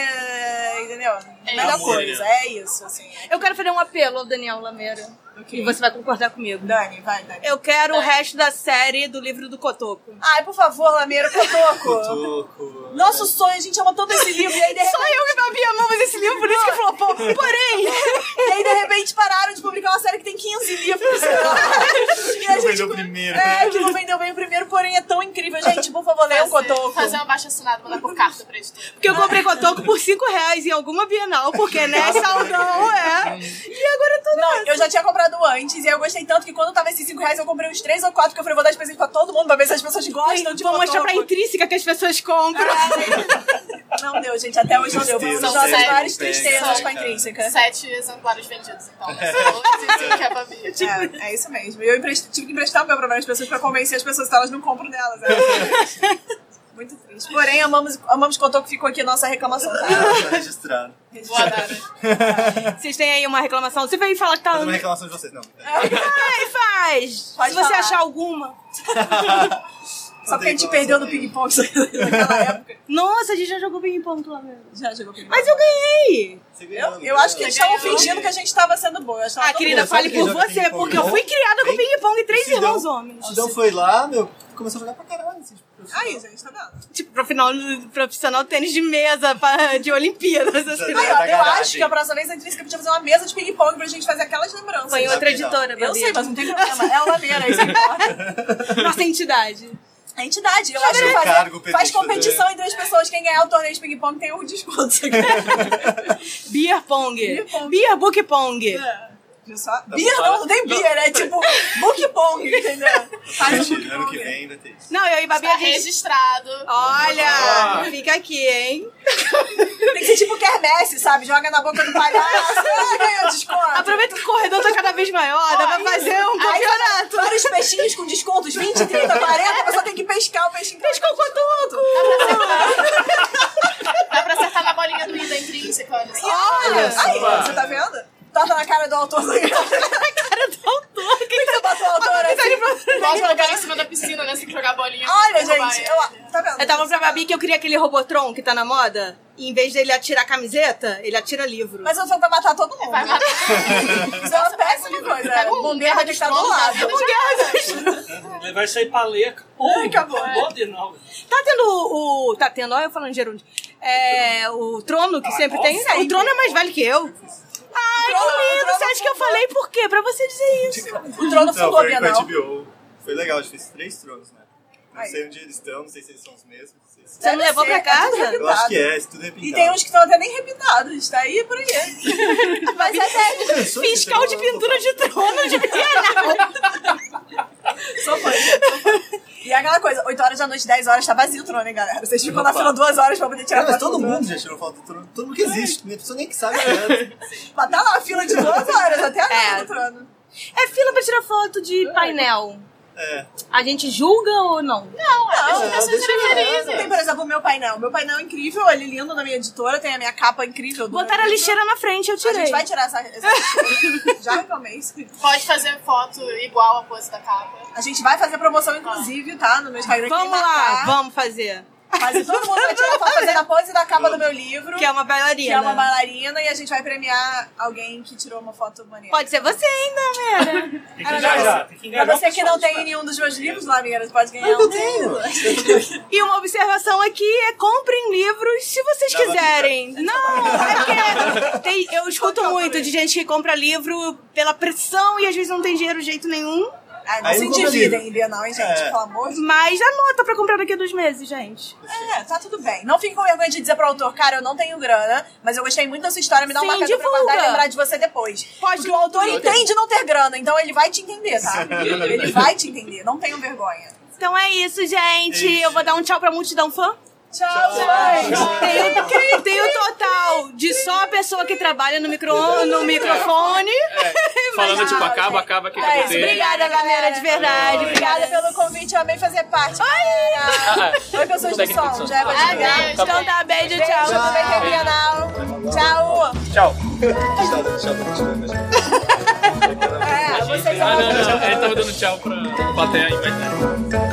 S2: Entendeu?
S3: É
S2: melhor
S3: isso.
S2: coisa, é isso, assim.
S1: Eu quero fazer um apelo ao Daniel Lameira. E você vai concordar comigo.
S2: Dani, vai, Dani.
S1: Eu quero o resto da série do livro do Cotoco.
S2: Ai, por favor, Lameiro, Cotoco.
S4: Cotoco.
S2: Nosso sonho, a gente ama tanto esse livro, e aí de
S1: Só
S2: repente,
S1: eu que Babi amamos esse livro, por isso que falou pouco. Porém,
S2: e aí, de repente pararam de publicar uma série que tem 15 livros. e a
S4: Quem
S2: gente.
S4: vendeu primeiro?
S2: É, que não vendeu bem o primeiro, porém é tão incrível. Gente, por favor, leiam um Cotoco.
S3: Fazer
S1: um
S3: uma baixa assinada, mandar por carta pra editora.
S1: porque eu comprei Cotoco por 5 reais em alguma Bienal, porque né, saldão é. E agora eu tô
S2: Não, eu já tinha comprado antes e eu gostei tanto que quando tava esses 5 reais eu comprei uns 3 ou 4 que eu falei, vou dar de presente pra todo mundo pra ver se as pessoas gostam de
S1: Vou mostrar pra
S2: fotógrafo.
S1: intrínseca que as pessoas compram.
S2: Não deu, gente, até hoje não deu. Vamos
S4: Tristeza,
S2: usar as
S3: sério,
S2: várias
S4: pega,
S2: tristezas
S3: cara.
S2: com a intrínseca.
S3: Sete exemplares vendidos, então. né? Só dizem que é pra mim.
S1: Tipo
S2: É, é isso mesmo. Eu emprest- tive que emprestar o meu pra várias pessoas pra convencer as pessoas que elas não compram delas. É. Muito triste. Porém, amamos, amamos contou que ficou aqui a nossa reclamação, tá?
S4: Ah, tá registrado.
S3: Vou adorar.
S1: Vocês têm aí uma reclamação? Você vem falar É. que tá.
S4: Faz é uma reclamação de vocês, não. é.
S1: Ai, faz!
S2: Pode
S1: Se você
S2: falar.
S1: achar alguma.
S2: Só porque a gente perdeu no ping-pong naquela época.
S1: Nossa, a gente já jogou ping-pong lá mesmo.
S2: Já jogou ping-pong.
S1: Mas eu ganhei!
S2: Eu, eu acho que eles estavam fingindo que a gente tava sendo boa. Eu acho que tava
S1: Ah,
S2: todo
S1: querida,
S4: sabe
S1: fale
S4: quem
S1: por
S4: joga
S1: você,
S4: ping-pong
S1: porque eu
S4: bom?
S1: fui criada com
S4: Hein?
S1: ping-pong e três
S4: Sidão.
S1: irmãos homens.
S4: Então foi lá, meu, começou a jogar pra caralho. Assim, tipo,
S2: Aí, gente, tá vendo?
S1: Tipo, profissional, profissional tênis de mesa pra- de Olimpíadas. Assim.
S2: Aí,
S4: Aí,
S2: ó,
S4: ó,
S2: eu
S4: garagem.
S2: acho que a próxima vez a Intrínseca podia fazer uma mesa de ping-pong pra gente fazer aquelas lembranças.
S1: Foi em outra editora,
S2: Eu sei, mas
S1: Babi.
S2: não tem problema. É o Lameira, isso importa.
S1: Nossa entidade.
S2: A entidade, eu acho que
S4: Fazer
S2: faz,
S4: um cargo,
S2: faz
S4: pedestre, né?
S2: competição entre as pessoas. Quem ganhar o torneio de ping-pong tem o desconto. isso aqui.
S1: Beer Pong. É.
S2: Beer pong.
S1: Beer Book Pong.
S2: Viu só? Bia não,
S5: fala-
S2: não tem bia, né? Tipo, book-pong, entendeu? Faz o
S4: Mentira, ano que
S2: book-pong.
S4: vem vai ter isso.
S1: Não, eu e Babi
S3: Está
S1: a gente...
S3: Tá registrado.
S1: Olha,
S5: Ah.
S1: fica aqui, hein?
S2: Tem que ser tipo quermesse, sabe? Joga na boca do palhaço, ah, ganhou desconto.
S1: Aproveita que o corredor tá cada vez maior, dá pra fazer um
S2: Aí,
S1: campeonato.
S2: Vários peixinhos com descontos, 20, 30, 40, a pessoa tem que pescar o peixinho.
S1: Pescou com tudo.
S3: Dá pra acertar na bolinha do ida intrínseca, olha só.
S2: Olha, aí,
S5: só.
S2: você tá vendo? Torta na cara do autor. Você
S1: tá
S2: bateu o autor assim.
S3: Pode jogar em cima da piscina, né? Você tem que jogar a bolinha.
S2: Olha,
S3: derrubar
S2: gente,
S3: ela.
S2: eu, tá vendo?
S1: Eu tava pra Babi que eu queria aquele Robotron que tá na moda. E em vez dele atirar camiseta, ele atira livro.
S2: Mas eu sou pra matar todo mundo.
S3: Vai matar.
S2: Isso é uma péssima coisa.
S3: Pega um
S2: O guerra que tá do
S3: trono,
S2: lado.
S1: né?
S3: joga-
S6: Levar isso aí pra ler. Acabou.
S2: acabou.
S6: Acabou, Bienal.
S1: Tá tendo o. o- Tá tendo, olha eu falando gerúndio. É, o trono que sempre tem.
S6: sempre.
S1: O trono é mais velho que eu. Ai,
S2: trono-
S1: que
S2: o
S1: lindo!
S2: trono
S1: Você acha que eu falei por quê? Pra você dizer isso.
S2: O trono
S4: Não,
S2: fundou a
S4: foi com a
S2: Bienal.
S4: HBO. Foi legal, a gente fez três tronos, né? Não
S2: Aí.
S4: sei onde eles estão, não sei se eles são os mesmos. não sei se-
S1: Você não levou pra
S2: Deve ser, é
S1: casa?
S2: tudo
S4: Eu acho que é, isso tudo é pintado.
S2: E tem uns que estão até nem repitados, tá aí por aí. Mas é sério,
S4: Pensou que
S1: Fiscal de
S4: você falou?
S1: pintura de trono de Bienal.
S2: sou fã. gente, sou fã. E é aquela coisa, 8 horas da noite, 10 horas, tá vazio o trono, hein, galera? Vocês ficam na fila 2 horas pra poder tirar
S4: Cara, tá. mas
S2: foto
S4: todo
S2: do trono.
S4: mundo já tirou foto do trono. Todo mundo que existe. Não é pessoa nem que sabe. né?
S2: Mas tá lá, a fila de 2 horas, até a
S1: É.
S2: é. do trono.
S1: É fila pra tirar foto de painel.
S4: É.
S1: A gente julga ou não? é,
S2: Não,
S4: as pessoas deixa eu ver.
S2: Tem, por exemplo, o meu painel. Meu painel é incrível, ele é lindo na minha editora, tem a minha capa incrível. do
S1: Botaram a
S2: meu livro.
S1: lixeira na frente, eu
S2: A
S1: tirei.
S2: gente vai tirar essa. essa lixeira. Já reclamei isso.
S3: Pode fazer foto igual a pose da capa.
S2: A gente vai fazer promoção, inclusive, tá? No meu Instagram. quem
S1: Vamos lá,
S2: marcar.
S1: vamos fazer.
S2: Mas todo mundo vai tirar foto fazendo a pose da capa do meu livro.
S1: Que é uma
S2: que
S1: bailarina.
S2: é uma bailarina e a gente vai premiar alguém que tirou uma foto maneira.
S1: Pode ser você ainda, Mera.
S6: Tem que engajar, tem que
S2: Pra
S6: engajar.
S2: você que não tem nenhum dos meus livros lá, amiga, pode ganhar um.
S4: Eu tenho.
S1: E uma observação aqui é comprem livros se vocês
S4: Não,
S1: quiserem. Não, é porque tem- eu escuto muito de gente que compra livro pela pressão e às vezes não tem dinheiro de jeito nenhum.
S2: Ah, não
S4: Aí
S2: se
S4: eu compro
S2: endividem
S4: livro.
S2: em Bienal, hein, gente?
S4: É.
S2: Pelo amor de
S1: Mas anota pra comprar daqui a dois meses, gente.
S2: É, tá tudo bem. Não fique com vergonha de dizer pro autor, cara, eu não tenho grana, mas eu gostei muito da sua história, me dá
S1: Sim,
S2: uma marcador pra
S1: divulga.
S2: guardar e lembrar de você depois.
S1: Pode
S2: Porque o autor entende não ter grana, então ele vai te entender, tá? Ele vai te entender, não tenham vergonha.
S1: Então é isso, gente.
S4: É isso.
S1: Eu vou dar um tchau pra multidão fã.
S2: Tchau, gente!
S1: Tem o, tem o total de só a pessoa que trabalha no, micro, no microfone.
S5: Falando
S1: Mas-
S5: tipo,
S2: ah,
S5: acaba,
S2: gente.
S5: acaba, que
S2: É
S5: acabou
S2: isso,
S5: dele.
S1: Obrigada, galera, de verdade.
S2: Obrigada
S1: Obrigada.
S2: pelo convite, eu amei fazer parte. Oi!
S5: É.
S2: Oi, pessoas do
S5: Técnico de
S2: som,
S5: som.
S2: já é pra
S1: Ah,
S2: desligar.
S1: beijo. Então tá, beijo,
S2: Tchau,
S1: tchau.
S2: tudo bem que é bienal. Tchau!
S5: Tchau.
S4: Deixa eu- deixa eu continuar, mas-
S2: É, vocês
S5: É, Ah, não, não. Ele tava dando tchau pra plateia aí, mas...